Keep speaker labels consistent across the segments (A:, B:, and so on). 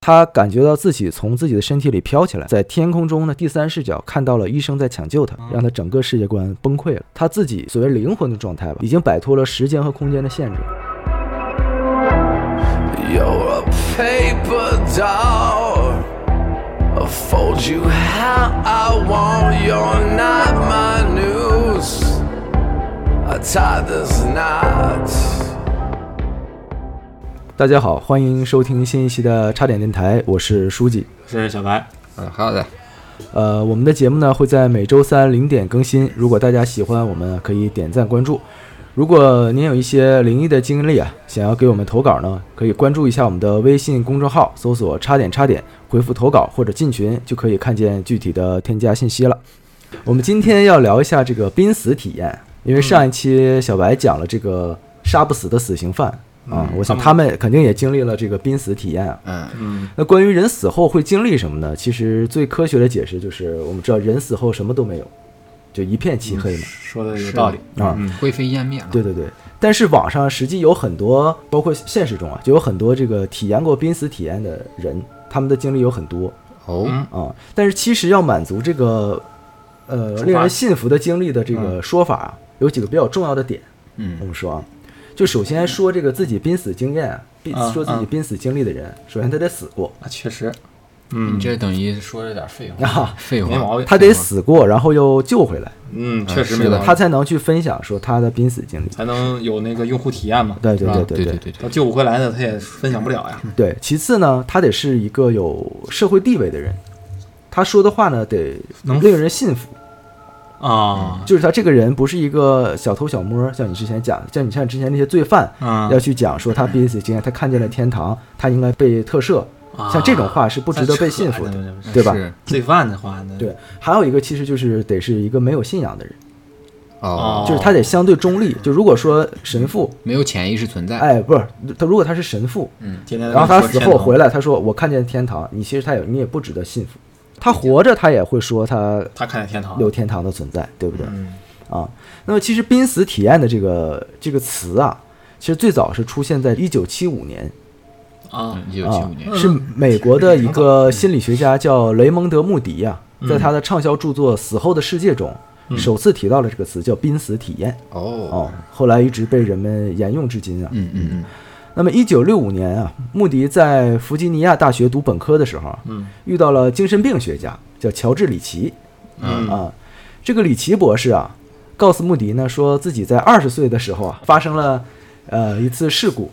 A: 他感觉到自己从自己的身体里飘起来，在天空中呢，第三视角看到了医生在抢救他，让他整个世界观崩溃了。他自己所谓灵魂的状态吧，已经摆脱了时间和空间的限制。
B: You're a paper doll. I'll fold you how I want. You're not my news. I tie this knot.
A: 大家好，欢迎收听新一期的插点电台，我是书记。
C: 是小白，
D: 嗯，好的，
A: 呃，我们的节目呢会在每周三零点更新。如果大家喜欢，我们可以点赞关注。如果您有一些灵异的经历啊，想要给我们投稿呢，可以关注一下我们的微信公众号，搜索“插点插点”，回复“投稿”或者进群，就可以看见具体的添加信息了。我们今天要聊一下这个濒死体验，因为上一期小白讲了这个杀不死的死刑犯啊、我想他们肯定也经历了这个濒死体验啊。
D: 嗯，
A: 那关于人死后会经历什么呢？其实最科学的解释就是，我们知道人死后什么都没有，就一片漆黑嘛。
C: 说的有道理。
A: 啊
C: 嗯，
D: 灰飞烟灭了。
A: 对对对。但是网上实际有很多，包括现实中啊，就有很多这个体验过濒死体验的人，他们的经历有很多
C: 嗯
D: 哦，
A: 啊。但是其实要满足这个呃令人信服的经历的这
C: 嗯
A: 个说法啊，有几个比较重要的点。我
D: 嗯，
A: 们说啊，就首先说这个自己濒死经验啊，濒
C: 嗯
A: 说自己
C: 嗯
A: 濒死经历的人，首先他得死过。
C: 那啊确实，
D: 你
C: 嗯
D: 这等于说了点废话，
A: 啊
D: 废话，
C: 没毛病
A: 他得死过，然后又救回来，
C: 嗯，确实
D: 是
C: 没有
D: 的
C: 毛病
A: 他才能去分享说他的濒死经历。
C: 才能有那个用户体验嘛。
A: 对对
C: 是吧
A: 对
D: 啊对
A: 对
D: 对对
C: 他，救不回来的，他也分享不了呀。
A: 对。其次呢，他得是一个有社会地位的人，他说的话呢得
C: 能
A: 令人信服，
C: 嗯
A: 嗯
C: 啊，
A: 就是他这个人不是一个小偷小摸，像你之前讲，像你像之前那些罪犯
C: 嗯
A: 要去讲说他濒死经验，他看见了天堂，他应该被特赦，
C: 啊
A: 像这种话是不值得被信服的，
C: 的
A: 对吧？
D: 是
C: 罪犯的话呢？
A: 对，还有一个其实就是得是一个没有信仰的人，
C: 啊
D: 哦，嗯
A: 就是他得相对中立。就如果说神父
D: 没有潜意识存在，嗯
A: 哎，不是他，如果他是神父，
C: 天嗯天
A: 然后他死后回
C: 来，
A: 来，他说我看见天堂，你其实他也你也不值得信服。他活着，他也会说他
C: 他看见天堂。
A: 有天堂的存在，对不对？
C: 嗯
A: 啊，那么其实濒死体验的这个这个词啊，其实最早是出现在一九七五年
C: 啊，
D: 嗯一九七
A: 啊
D: 五年，，
A: 是美国的一个心理学家叫雷蒙德·穆迪啊，
D: 嗯
A: 在他的畅销著作《死后的世界》中，首次提到了这个词叫濒死体验。
D: 哦
C: 啊
A: 哦，，后来一直被人们沿用至今啊。
D: 嗯嗯嗯，
A: 那么，一九六五年啊，穆迪在弗吉尼亚大学读本科的时候，啊
C: 嗯，
A: 遇到了精神病学家叫乔治·里奇，
C: 嗯
A: 啊，这个里奇博士啊，告诉穆迪呢，说自己在二十岁的时候啊，发生了呃一次事故，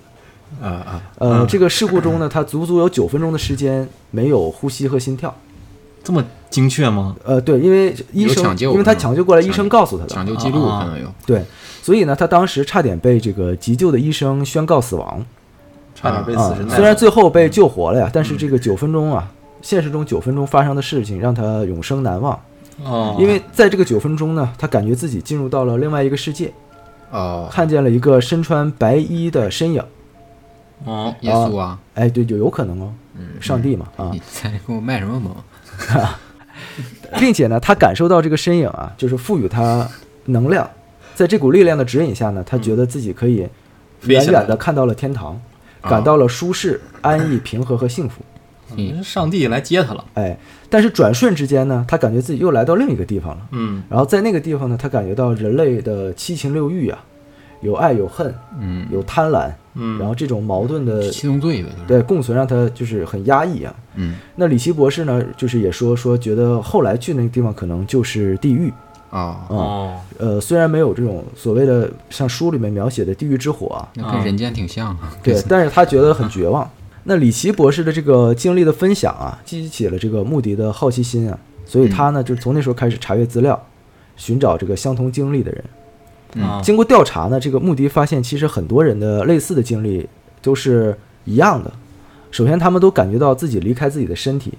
C: 啊
D: 哦
C: 啊，
A: 呃，
D: 嗯
A: 这个事故中呢，他足足有九分钟的时间没有呼吸和心跳，
C: 这么精确吗？
A: 呃，对，因为医
D: 有
A: 生
D: 抢，救
A: 因为他
D: 可能
A: 抢救过来，医
D: 抢
A: 生告诉他的，
D: 抢救记录
C: 啊
D: 可能有，
A: 对，所以呢，他当时差点被这个急救的医生宣告死亡。
C: 差点被
A: 啊
C: 死神，带嗯
A: 虽然最后被救活了呀，但是这个九分钟啊，现实中九分钟发生的事情让他永生难忘，
C: 哦，
A: 因为在这个九分钟呢，他感觉自己进入到了另外一个世界，
C: 啊
D: 哦，
A: 看见了一个身穿白衣的身影。
C: 哦
D: 耶稣啊，
A: 哎，对，有有可能哦，
C: 嗯
A: 上帝嘛啊
D: 你，在给我卖什么萌？
A: 并且呢，他感受到这个身影啊，就是赋予他能量，在这股力量的指引下呢，他觉得自己可以
C: 嗯飞
A: 远
C: 起来啊
A: 远的看到了天堂，感到了舒适、安逸、平和和幸福。
D: 嗯
C: 上帝来接他了。
A: 哎，但是转瞬之间呢，他感觉自己又来到另一个地方了。
C: 嗯
A: 然后在那个地方呢，他感觉到人类的七情六欲啊，有爱有恨，
D: 嗯，
A: 有贪婪，
C: 嗯，
A: 然后这种矛盾的
D: 七宗罪呗，就是，
A: 对共存让他就是很压抑啊。
D: 嗯，
A: 那李奇博士呢，就是也说说觉得后来去那个地方可能就是地狱，
D: 哦，
C: 哦，
A: 呃，虽然没有这种所谓的像书里面描写的地狱之火啊，
D: 那跟人间挺像啊，
A: 对，但是他觉得很绝望。那李奇博士的这个经历的分享啊，激起了这个穆迪的好奇心啊，所以他呢，就是从那时候开始查阅资料，寻找这个相同经历的人。
C: 啊
A: 经过调查呢，这个穆迪发现，其实很多人的类似的经历都是一样的。首先，他们都感觉到自己离开自己的身体，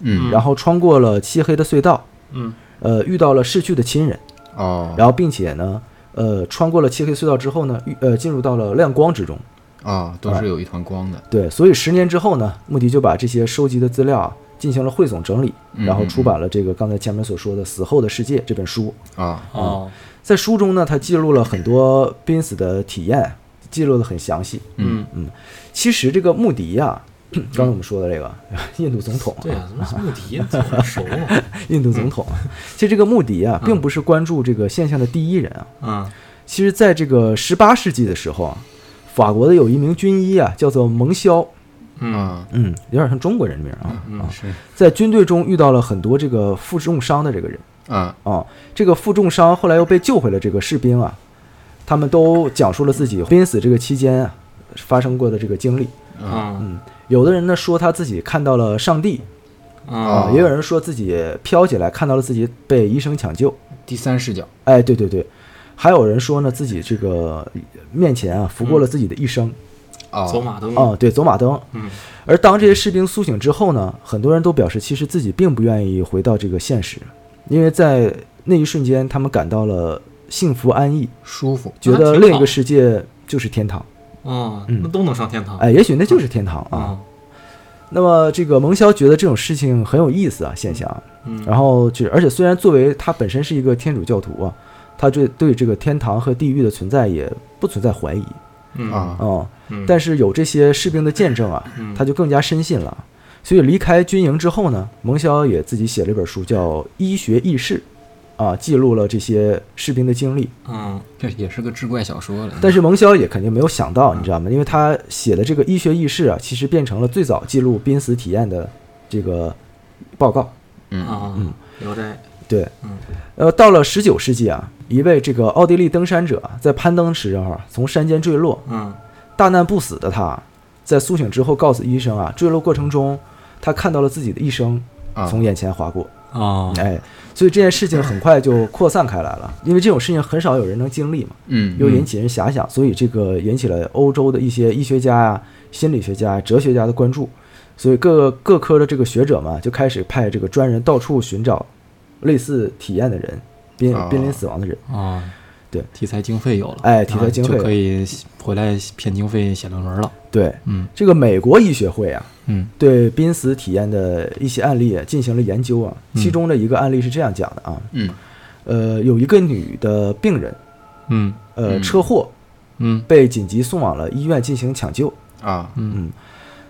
D: 嗯，
A: 然后穿过了漆黑的隧道，
C: 嗯
A: 呃，遇到了逝去的亲人，
D: 哦，
A: 然后并且呢，呃，穿过了漆黑隧道之后呢，遇呃，进入到了亮光之中。
D: 哦，都是有一团光的，
A: 对，所以十年之后呢，穆迪就把这些收集的资料啊进行了汇总整理，然后出版了这个刚才前面所说的《死后的世界》这本书。
D: 哦，
A: 嗯
C: 哦，
A: 在书中呢，他记录了很多濒死的体验，记录的很详细。
C: 嗯
A: 其实这个穆迪呀、啊刚才我们说的这个印度总统，
E: 对 啊，怎么穆迪这么耳熟啊？
A: 印度总统，其实这个穆迪啊，并不是关注这个现象的第一人啊。
C: 嗯
A: 其实，在这个十八世纪的时候啊，法国的有一名军医啊，叫做蒙肖，
C: 嗯
D: 啊，
A: 嗯，有点像中国人名啊，
C: 嗯
A: 啊，
D: 是
A: 在军队中遇到了很多这个负重伤的这个人
D: 啊，
A: 啊，这个负重伤后来又被救回了这个士兵啊，他们都讲述了自己濒死这个期间啊发生过的这个经历。
C: 嗯
A: 嗯，有的人呢说他自己看到了上帝
C: 嗯
A: 啊，也有人说自己飘起来看到了自己被医生抢救，
D: 第三视角，
A: 哎，对对对，还有人说呢自己这个面前啊拂过了自己的一生
D: 哦，
C: 走马灯，
A: 啊，对，走马灯。
C: 嗯
A: 而当这些士兵苏醒之后呢，很多人都表示其实自己并不愿意回到这个现实，因为在那一瞬间他们感到了幸福安逸，
D: 舒服，
A: 觉
C: 那
A: 得
C: 啊挺
A: 另一
C: 好
A: 个世界就是天堂。
C: 嗯，
A: 嗯
C: 那都能上天堂。
A: 哎，也许那就是天堂啊。
C: 嗯
A: 那么这个蒙肖觉得这种事情很有意思啊，现象啊。
C: 嗯
A: 然后就是，而且虽然作为他本身是一个天主教徒啊，他对对这个天堂和地狱的存在也不存在怀疑
C: 嗯
D: 啊
A: 啊、
C: 嗯
A: 但是有这些士兵的见证啊，
C: 嗯
A: 他就更加深信了。所以离开军营之后呢，蒙肖也自己写了一本书，叫《医学轶事》，啊，记录了这些士兵的经历。
C: 嗯
D: 这也是个志怪小说了。
A: 但是蒙肖也肯定没有想到，你知道吗？因为他写的这个医学轶事啊，其实变成了最早记录濒死体验的这个报告。
D: 嗯，
C: 啊，聊斋，
A: 对，
C: 嗯
A: 呃，到了十九世纪啊，一位这个奥地利登山者啊在攀登时候啊，从山间坠落，
C: 嗯
A: 大难不死的他，在苏醒之后告诉医生啊，坠落过程中他看到了自己的一生
D: 啊
A: 从眼前划过，
C: 哦
A: 哎，所以这件事情很快就扩散开来 了，因为这种事情很少有人能经历嘛，
D: 嗯，
A: 又引起人遐想，所以这个引起了欧洲的一些医学家呀、心理学家呀、哲学家的关注，所以各各科的这个学者嘛，就开始派这个专人到处寻找类似体验的人，濒
D: 哦
A: 濒临死亡的人。
C: 哦，
A: 对
C: 题材经费有了，
A: 哎题材
C: 啊
A: 经费
C: 就可以回来骗经费写论文了。
A: 对，
C: 嗯
A: 这个美国医学会啊，
C: 嗯
A: 对濒死体验的一些案例、啊、进行了研究啊，
C: 嗯
A: 其中的一个案例是这样讲的啊，
D: 嗯
A: 呃，有一个女的病人，
C: 嗯
A: 呃，
D: 嗯
A: 车祸
C: 嗯
A: 被紧急送往了医院进行抢救。
D: 啊
C: 嗯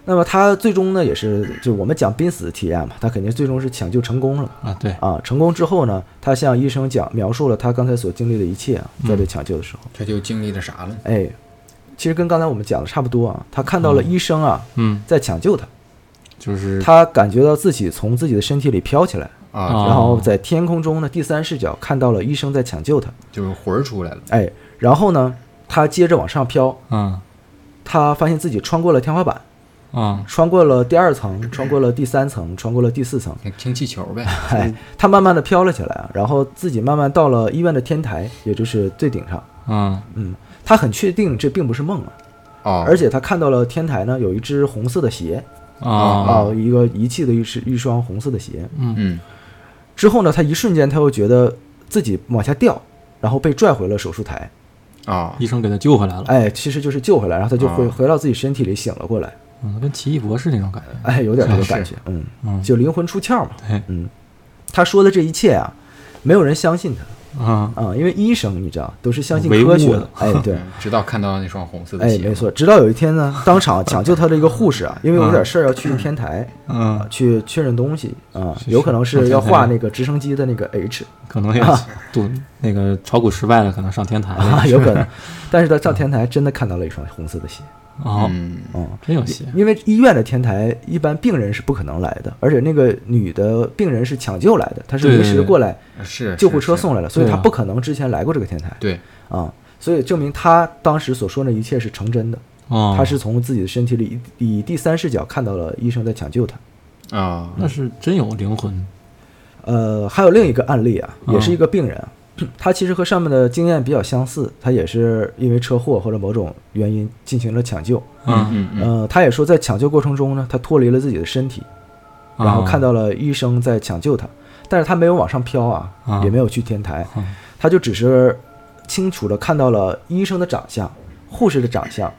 A: 那么她最终呢，也是就我们讲濒死体验嘛，她肯定最终是抢救成功了
C: 啊，对，
A: 啊。成功之后呢，她向医生讲描述了她刚才所经历的一切啊，
C: 嗯
A: 在被抢救的时候，
D: 他就经历了啥了？
A: 哎，其实跟刚才我们讲的差不多啊，她看到了医生啊
C: 嗯，
A: 在抢救她，
C: 就是
A: 她感觉到自己从自己的身体里飘起来，
D: 啊，
C: 哦
A: 然后在天空中呢第三视角看到了医生在抢救她，
D: 就是魂儿出来了。
A: 哎，然后呢，她接着往上飘，
C: 嗯
A: 她发现自己穿过了天花板。
C: 啊
A: 穿过了第二层，穿过了第三层，穿过了第四层，
D: 听气球呗，
A: 哎，他慢慢的飘了起来，啊然后自己慢慢到了医院的天台，也就是最顶上。
C: 嗯
A: 嗯，他很确定这并不是梦啊，
D: 哦，
A: 而且他看到了天台呢有一只红色的鞋
C: 啊
A: 啊，一个遗弃的一只一双红色的鞋。
C: 嗯
D: 嗯
A: 之后呢，他一瞬间他又觉得自己往下掉，然后被拽回了手术台，
D: 啊
C: 医生给他救回来了，
A: 哎，其实就是救回来，然后他就回
D: 啊
A: 回到自己身体里醒了过来，
C: 嗯，跟奇异博士那种感觉，
A: 哎，有点这个感觉，嗯，
C: 嗯，
A: 就灵魂出窍嘛。
C: 对，
A: 嗯，他说的这一切啊，没有人相信他
C: 啊
A: 啊，因为医生你知道都是相信
C: 唯
A: 科学
C: 物
A: 的
C: 的，
A: 哎， 对，
D: 嗯直到看到那双红色的
A: 哎，
D: 鞋，
A: 没错。直到有一天呢，当场抢救他的一个护士啊，因为有点事儿要去天台啊
C: 嗯，
A: 去确认东西啊，有可能是要画那个直升机的那个 H
C: 可能也赌那个炒股失败了，可能上天台
A: 啊，
C: 了，
A: 有可能。但是他上天台真的看到了一双红色的鞋，
C: 哦，
D: 嗯
A: 嗯。
C: 真有戏，
A: 因为医院的天台一般病人是不可能来的，而且那个女的病人是抢救来的，她是
C: 对
A: 临时过来，
D: 是
A: 哦救护车
D: 是
A: 送来了，所以
C: 对
A: 她
C: 啊
A: 不可能之前来过这个天台。
D: 对
A: 啊，所以证明他当时所说的一切是成真的。
C: 哦，
A: 他是从自己的身体里以以第三视角看到了医生在抢救他。
D: 啊
A: 嗯
C: 那是真有灵魂，
A: 呃，还有另一个案例啊，也是
C: 嗯
A: 一个病人啊，他其实和上面的经验比较相似，他也是因为车祸或者某种原因进行了抢救。
C: 嗯，
D: 嗯嗯
A: 呃，他也说在抢救过程中呢，他脱离了自己的身体，然后
C: 啊
A: 看到了医生在抢救他，但是他没有往上飘啊，
C: 啊
A: 也没有去天台，
C: 啊
A: 他就只是清楚的看到了医生的长相、护士的长相，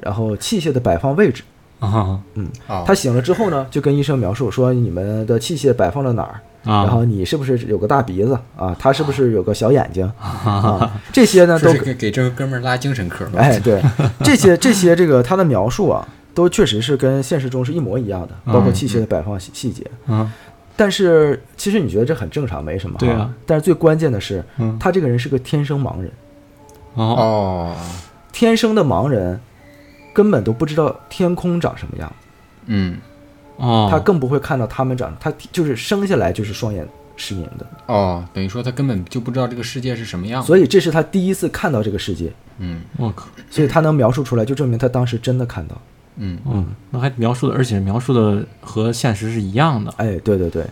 A: 然后器械的摆放位置。
C: 啊
A: 嗯，
D: 啊
A: 他醒了之后呢，就跟医生描述说你们的器械摆放到哪儿，
C: 啊
A: 然后你是不是有个大鼻子啊？他是不是有个小眼睛啊？这些呢
D: 这
A: 都哎
D: 是给给这个哥们儿拉精神科吧？
A: 哎对，这些这些这个他的描述啊，都确实是跟现实中是一模一样的，包括器械的摆放细细节。
C: 嗯
A: 但是其实你觉得这很正常，没什么哈。
C: 对啊
A: 但是最关键的是，
C: 嗯，
A: 他这个人是个天生盲人，
C: 哦
D: 哦，
A: 天生的盲人根本都不知道天空长什么样，
D: 嗯，
C: 哦，
A: 他更不会看到他们长，他就是生下来就是双眼失明的，
D: 哦，等于说他根本就不知道这个世界是什么
C: 哦
D: 样。
A: 所以这是他第一次看到这个世界，
D: 嗯
C: 我靠，
A: 所以他能描述出来，就证明他当时真的看到。
D: 嗯
C: 嗯，那还描述的，而且描述的和现实是一样的。
A: 哎，对对对。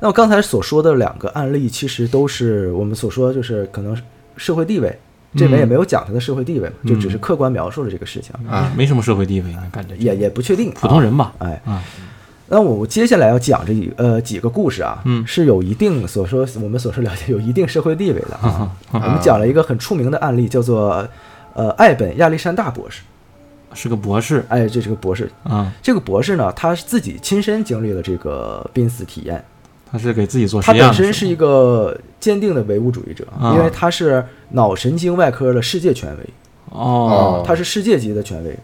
A: 那我刚才所说的两个案例，其实都是我们所说，就是可能社会地位，这边也没有讲他的社会地位，就只是客观描述了这个事情，
D: 啊，
C: 没什么社会地位，感觉
A: 也也不确定
C: 普通
A: 啊。
C: 人吧。
A: 哎，
C: 啊，
A: 那我接下来要讲这一呃几个故事啊，
C: 嗯
A: 是有一定所说我们所说了解 有一定社会地位的 啊。我
D: 啊
A: 们讲了一个很出名的案例，叫做呃艾本亚历山大博士。
C: 是个博士
A: 哎，这是个博士。
C: 啊，
A: 这个博士呢，他是自己亲身经历了这个濒死体验，
C: 他是给自己做哦实
A: 他
C: 验的。
A: 本身是一个坚定的唯物主义者，
C: 啊
A: 因为他是脑神经外科的世界权威，
C: 哦
A: 他是世界级的权威。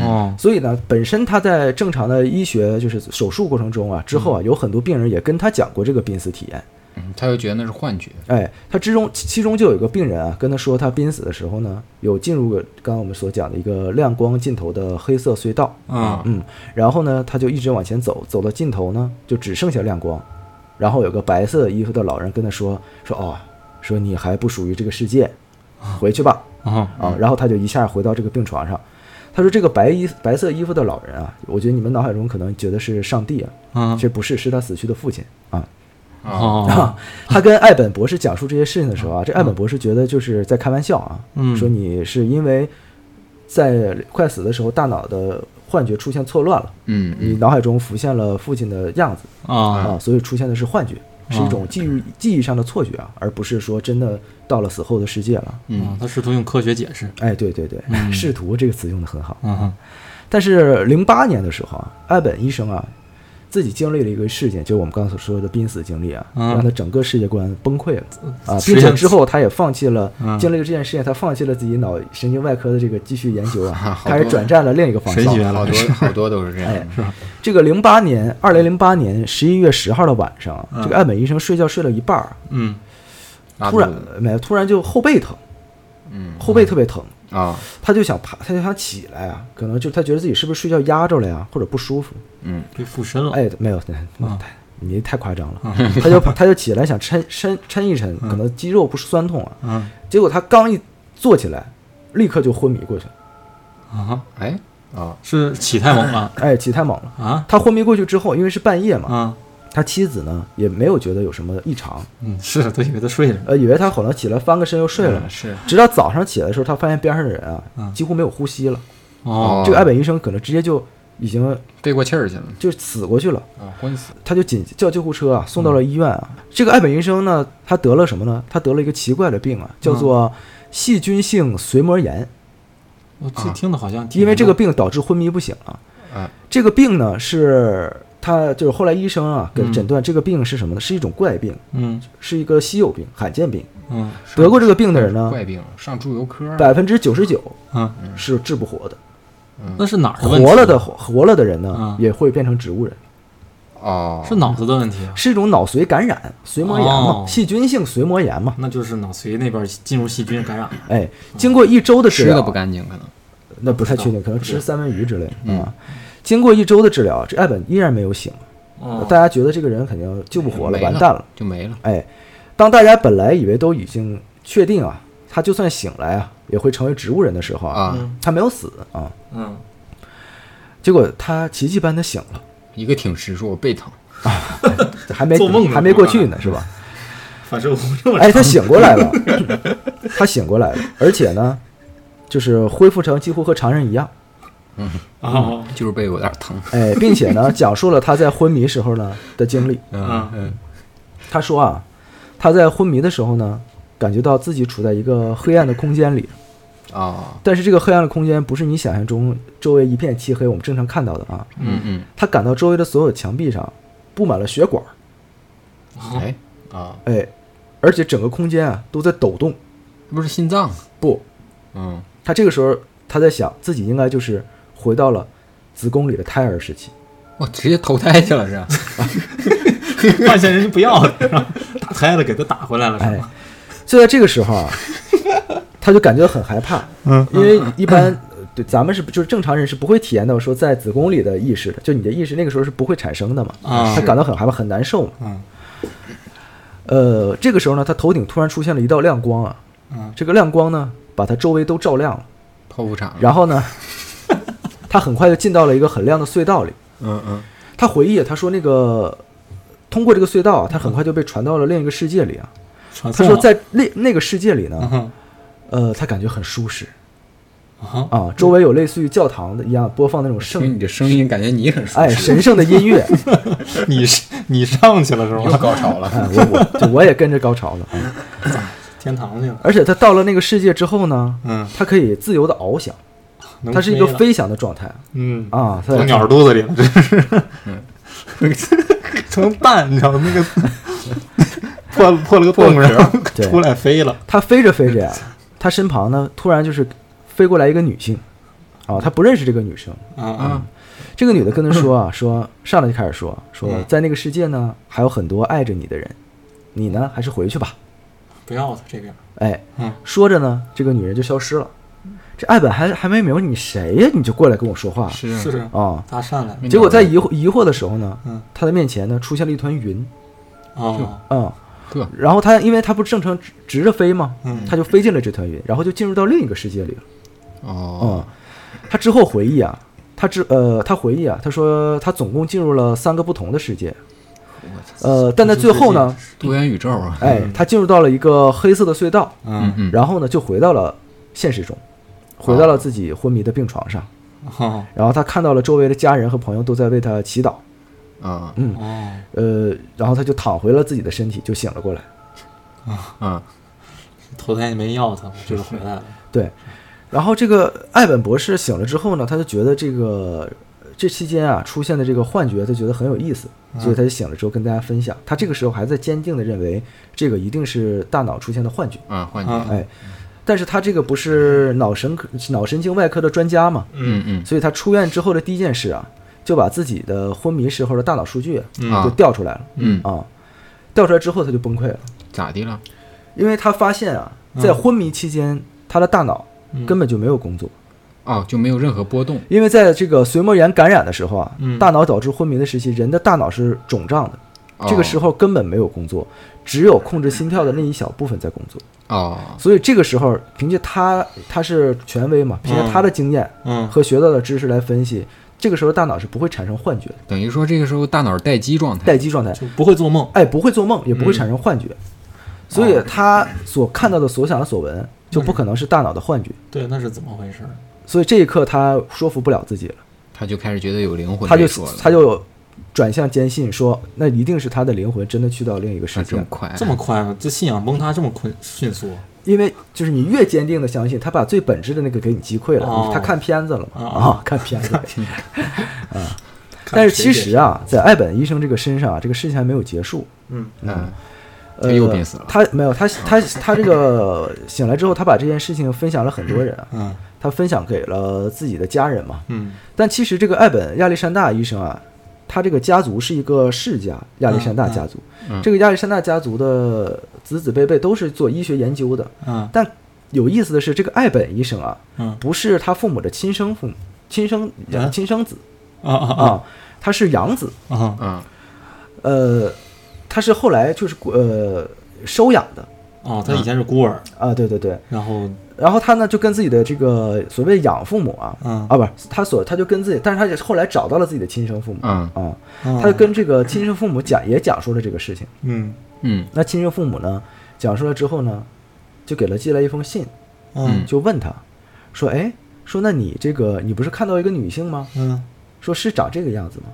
C: 哦
A: 所以呢，本身他在正常的医学就是手术过程中啊，之后啊，有很多病人也跟他讲过这个濒死体验。
D: 嗯他又觉得那是幻觉。
A: 哎，他之中其其中就有一个病人啊，跟他说他濒死的时候呢，有进入个刚刚我们所讲的一个亮光尽头的黑色隧道，
C: 啊
A: 嗯，然后呢，他就一直往前走，走到尽头呢，就只剩下亮光。然后有个白色衣服的老人跟他说：“说哦，说你还不属于这个世界，回去吧。
C: 啊”
A: 啊，然后他就一下回到这个病床上。他说：“这个白衣白色衣服的老人啊，我觉得你们脑海中可能觉得是上帝啊，
C: 啊
A: 其实不是，是他死去的父亲啊。
C: 哦
A: 他跟艾本博士讲述这些事情的时候啊，这艾本博士觉得就是在开玩笑啊，
C: 嗯
A: 说你是因为在快死的时候大脑的幻觉出现错乱了。
D: 嗯
A: 你
D: 嗯
A: 脑海中浮现了父亲的样子
C: 啊
A: 啊，所以出现的是幻觉，是一种记忆记忆上的错觉啊，而不是说真的到了死后的世界了。
C: 啊
D: 嗯，
C: 他试图用科学解释。
A: 哎，对对对，
C: 嗯
A: 试图这个词用的很好。
C: 啊
A: 但是零八年的时候啊，艾本医生啊，自己经历了一个事件，就是我们刚才所说的濒死经历啊，
C: 嗯
A: 让他整个世界观崩溃了啊，
C: 实
A: 并
C: 验
A: 且之后他也放弃了
C: 嗯
A: 经历了这件事情，他放弃了自己脑神经外科的这个继续研究啊，
D: 好多
A: 开始转战了另一个方向。
C: 神学
D: 好多好多都是
A: 哎
D: 这样嗯的。
A: 这个零八年，二零零八年十一月十号的晚上，这个艾本医生睡觉睡了一半儿，
C: 嗯
D: 拉
A: 突然
D: 肚子
A: 没有，突然就后背疼，
D: 嗯
A: 后背特别疼，
D: 啊
A: 他就想爬，他就想起来啊，可能就他觉得自己是不是睡觉压着了呀，或者不舒服，
D: 嗯
C: 被附身了。
A: 哎，没有，
C: 嗯
A: 太你太夸张了， 他就爬他就起来想抻抻抻一抻，可能肌肉不酸痛啊，
C: 嗯
A: 结果他刚一坐起来，立刻就昏迷过去了，
C: 啊，
D: 哎啊
C: 是起太猛了
A: 哎，起太猛了。
C: 啊
A: 他昏迷过去之后，因为是半夜嘛，
C: 啊
A: 他妻子呢也没有觉得有什么异常，
C: 嗯，是都以为他睡了。
A: 呃，以为他可能起来翻个身又睡了
D: 嗯，是
A: 直到早上起来的时候，他发现边上的人啊
C: 嗯
A: 几乎没有呼吸了，
C: 哦
A: 这个艾本医生可能直接就已经
D: 背过气儿去了
A: 就死过去了，
D: 啊，昏死
A: 他就紧叫救护车啊，送到
C: 嗯
A: 了医院啊。这个艾本医生呢，他得了什么呢？他得了一个奇怪的病啊，叫
C: 嗯
A: 做细菌性髓膜炎，
C: 我这听的好像挺
A: 啊因为这个病导致昏迷不醒了。
D: 啊
A: 这个病呢是他就是后来医生啊给
C: 嗯
A: 诊断这个病是什么呢？是一种怪病，
C: 嗯
A: 是一个稀有病、罕见病。
C: 嗯
A: 得过这个病的人呢，
D: 怪病上猪油科
A: 百分之九十九
E: 啊
C: 嗯，
A: 是治不活的。
C: 那是哪儿的问题？
A: 活了的活了的人呢
C: 嗯，
A: 也会变成植物人，
D: 哦
C: 是脑子的问题啊，
A: 是一种脑髓感染、髓膜炎嘛
C: 哦，嗯
A: 细菌性髓膜炎嘛。
C: 那就是脑髓那边进入细菌感染了。
A: 哎，经过一周的治
D: 吃的
A: 疗
D: 不，干净可能
A: 那不太确定，
C: 不知道
A: 可能吃三文鱼之类
D: 嗯
A: 啊。经过一周的治疗，这艾本依然没有醒，呃
C: 哦
A: 大家觉得这个人肯定救不活了，
D: 没
A: 完蛋了。
D: 就没了
A: 哎，当大家本来以为都已经确定啊，他就算醒来啊，也会成为植物人的时候啊，
D: 啊，
C: 嗯
A: 他没有死啊，
C: 嗯
A: 结果他奇迹般的醒了。
D: 一个挺直说我背疼
A: 还没
E: 做梦呢
A: 还没过去呢，是吧？
E: 反射弧这么
A: 哎，他醒过来了， 他醒过来了，而且呢，就是恢复成几乎和常人一样。
E: 啊
D: 就是背有点疼
A: 哎，并且呢，讲述了他在昏迷时候呢的经历。
D: 嗯嗯
A: 他说啊，他在昏迷的时候呢，感觉到自己处在一个黑暗的空间里，
D: 啊
A: 但是这个黑暗的空间不是你想象中周围一片漆黑我们正常看到的啊。
D: 嗯嗯
A: 他感到周围的所有墙壁上布满了血管儿，
D: 哎啊
A: 哎，而且整个空间啊都在抖动。
D: 这不是心脏
A: 不，
D: 嗯
A: 他这个时候他在想，自己应该就是回到了子宫里的胎儿时期。
D: 我直接投胎去了是吧？
E: 发现人家不要了，然后打胎了，给他打回来了，是
A: 哎
E: 吗？，
A: 就在这个时候啊，他就感觉很害怕，
E: 嗯，
A: 因为一般呃对咱们是就是正常人是不会体验到说在子宫里的意识的，就你的意识那个时候是不会产生的嘛，
E: 啊
A: 他感到很害怕，很难受嘛，
E: 嗯，
A: 呃，这个时候呢，他头顶突然出现了一道亮光啊，
E: 嗯
A: 这个亮光呢把他周围都照亮了，
D: 剖腹产了。
A: 然后呢，他很快就进到了一个很亮的隧道里，
D: 嗯嗯，
A: 他回忆啊他说那个通过这个隧道啊，他很快就被传到了另一个世界里啊，
E: 传
A: 他
E: 送
A: 说
E: 了，
A: 在那那个世界里
E: 嗯
A: 呢，
E: 哼，
A: 呃，他感觉很舒适。
E: 啊哈，
A: 啊，周围有类似于教堂的一样播放那种
D: 听
A: 圣
D: 你这声音，感觉你很舒
A: 哎
D: 适，
A: 神圣的音 乐，
E: 你是你上去了是
D: 又
E: 吗？
D: 高潮了。
A: 哎，我我就我也跟着高潮了。啊
E: 天堂去了，
A: 而且他到了那个世界之后呢，
E: 嗯，
A: 他可以自由的翱翔，
E: 能
A: 他是一个
E: 飞了，
A: 飞翔的状态
E: 嗯，
A: 啊，他
E: 从鸟肚子里了，真是， 成蛋，你知道吗？那个 破破了个洞，然后
A: 对
E: 出来飞了，
A: 他飞着飞着 呀，他身旁呢突然就是飞过来一个女性，啊，他不认识这个女生，
E: 啊啊，
A: 这个女的跟他说 啊，说上来就开始说说
E: 嗯
A: 在那个世界呢还有很多爱着你的人，你呢还是回去吧，
E: 不要他这边，
A: 哎，
E: 嗯
A: 说着呢，这个女人就消失了。这艾本还还没明白你谁呀、你就过来跟我说话
D: 是啊
E: 是是，
A: 啊、
E: 搭讪来了，
A: 结果在疑惑疑惑的时候呢，
E: 嗯
A: 他的面前呢出现了一团云
E: 啊，
A: 啊、
D: 呵
A: 然后他因为他不是正常直直着飞吗？
E: 嗯
A: 他就飞进了这团云，然后就进入到另一个世界里了。
D: 哦，
A: 嗯，他之后回忆啊，他之呃，他回忆啊，他说他总共进入了三个不同的世界，呃，但在最后呢，
D: 多元宇宙啊，
A: 哎，他进入到了一个黑色的隧道，
E: 嗯
D: 嗯
A: 然后呢，就回到了现实中，回到了自己昏迷的病床上。
E: 哦
A: 然后他看到了周围的家人和朋友都在为他祈祷，
D: 啊
A: 嗯，
E: 哦，
A: 呃，然后他就躺回了自己的身体，就醒了过来。
D: 啊，
E: 投胎没要他，就是回来了，
A: 对，然后这个艾本博士醒了之后呢，他就觉得这个这期间啊出现的这个幻觉，他觉得很有意思，所以他就醒了之后跟大家分享。他这个时候还在坚定的认为这个一定是大脑出现的幻觉，
D: 啊，幻觉，
E: 啊，
A: 哎，但是他这个不是脑神科脑神经外科的专家嘛，
D: 嗯嗯
A: 所以他出院之后的第一件事啊，就把自己的昏迷时候的大脑数据
D: 啊
A: 就调出来了。
D: 嗯，
A: 啊，调出来之后他就崩溃了，
D: 咋的了？
A: 因为他发现啊，
D: 嗯
A: 在昏迷期间，他的大脑根本就没有工作，
D: 哦，就没有任何波动。
A: 因为在这个髓膜炎感染的时候啊，
E: 嗯
A: 大脑导致昏迷的时期，人的大脑是肿胀的，
D: 哦
A: 这个时候根本没有工作，只有控制心跳的那一小部分在工作，
D: 哦，
A: 所以这个时候凭借他他是权威
D: 嗯
A: 嘛，凭借他的经验
E: 嗯，
A: 和学到的知识来分析，这个时候大脑是不会产生幻觉的，
D: 等于说这个时候大脑待机状态。
A: 待机状态，
E: 就不会做梦，
A: 哎，不会做梦，也不会产生幻觉，所
D: 哦
A: 以他所看到的、所想的、所闻，就不可能是大脑的幻觉。
E: 对，那是怎么回事？
A: 所以这一刻，他说服不了自己了，
D: 他就开始觉得有灵魂
A: 他就
D: 这说了，
A: 他就转向坚信说，那一定是他的灵魂真的去到另一个世
D: 啊
A: 界
D: 这么
A: 了，
D: 快，
E: 这么快吗？这信仰崩塌这么快迅速
A: 因为就是你越坚定的相信，他把最本质的那个给你击溃了。
E: 哦
A: 他看片子了嘛？
E: 哦
A: 啊，看片子。但是其实啊，在艾本医生这个身上啊，这个事情还没有结束。
E: 嗯，
D: 嗯，
A: 呃
D: 他又病死了
A: 他没有，他他他这个醒来之后，他把这件事情分享了很多人啊。
E: 嗯
A: 他分享给了自己的家人嘛。
E: 嗯
A: 但其实这个艾本亚历山大医生啊，他这个家族是一个世家，亚历山大家族。
D: 嗯嗯
A: 这个亚历山大家族的子子辈辈都是做医学研究的。
E: 嗯
A: 但有意思的是，这个艾本医生啊，
E: 嗯
A: 不是他父母的亲生父母、亲生呃
E: 嗯
A: 亲生子
E: 啊啊
A: 啊，他是养子。
E: 啊啊！
D: 啊，
A: 呃，他是后来就是呃收养的
E: 哦，他以前是孤儿，
A: 啊，对对对。
E: 然后
A: 然后他呢就跟自己的这个所谓养父母啊，
E: 嗯
A: 啊不是他所他就跟自己，但是他也后来找到了自己的亲生父母
D: 嗯
A: 啊，
E: 嗯
A: 他就跟这个亲生父母讲也讲述了这个事情。
E: 嗯
D: 嗯
A: 那亲生父母呢讲述了之后呢，就给了寄来一封信，
E: 嗯
A: 就问他说，哎，说那你这个你不是看到一个女性吗？
E: 嗯，
A: 说是长这个样子吗？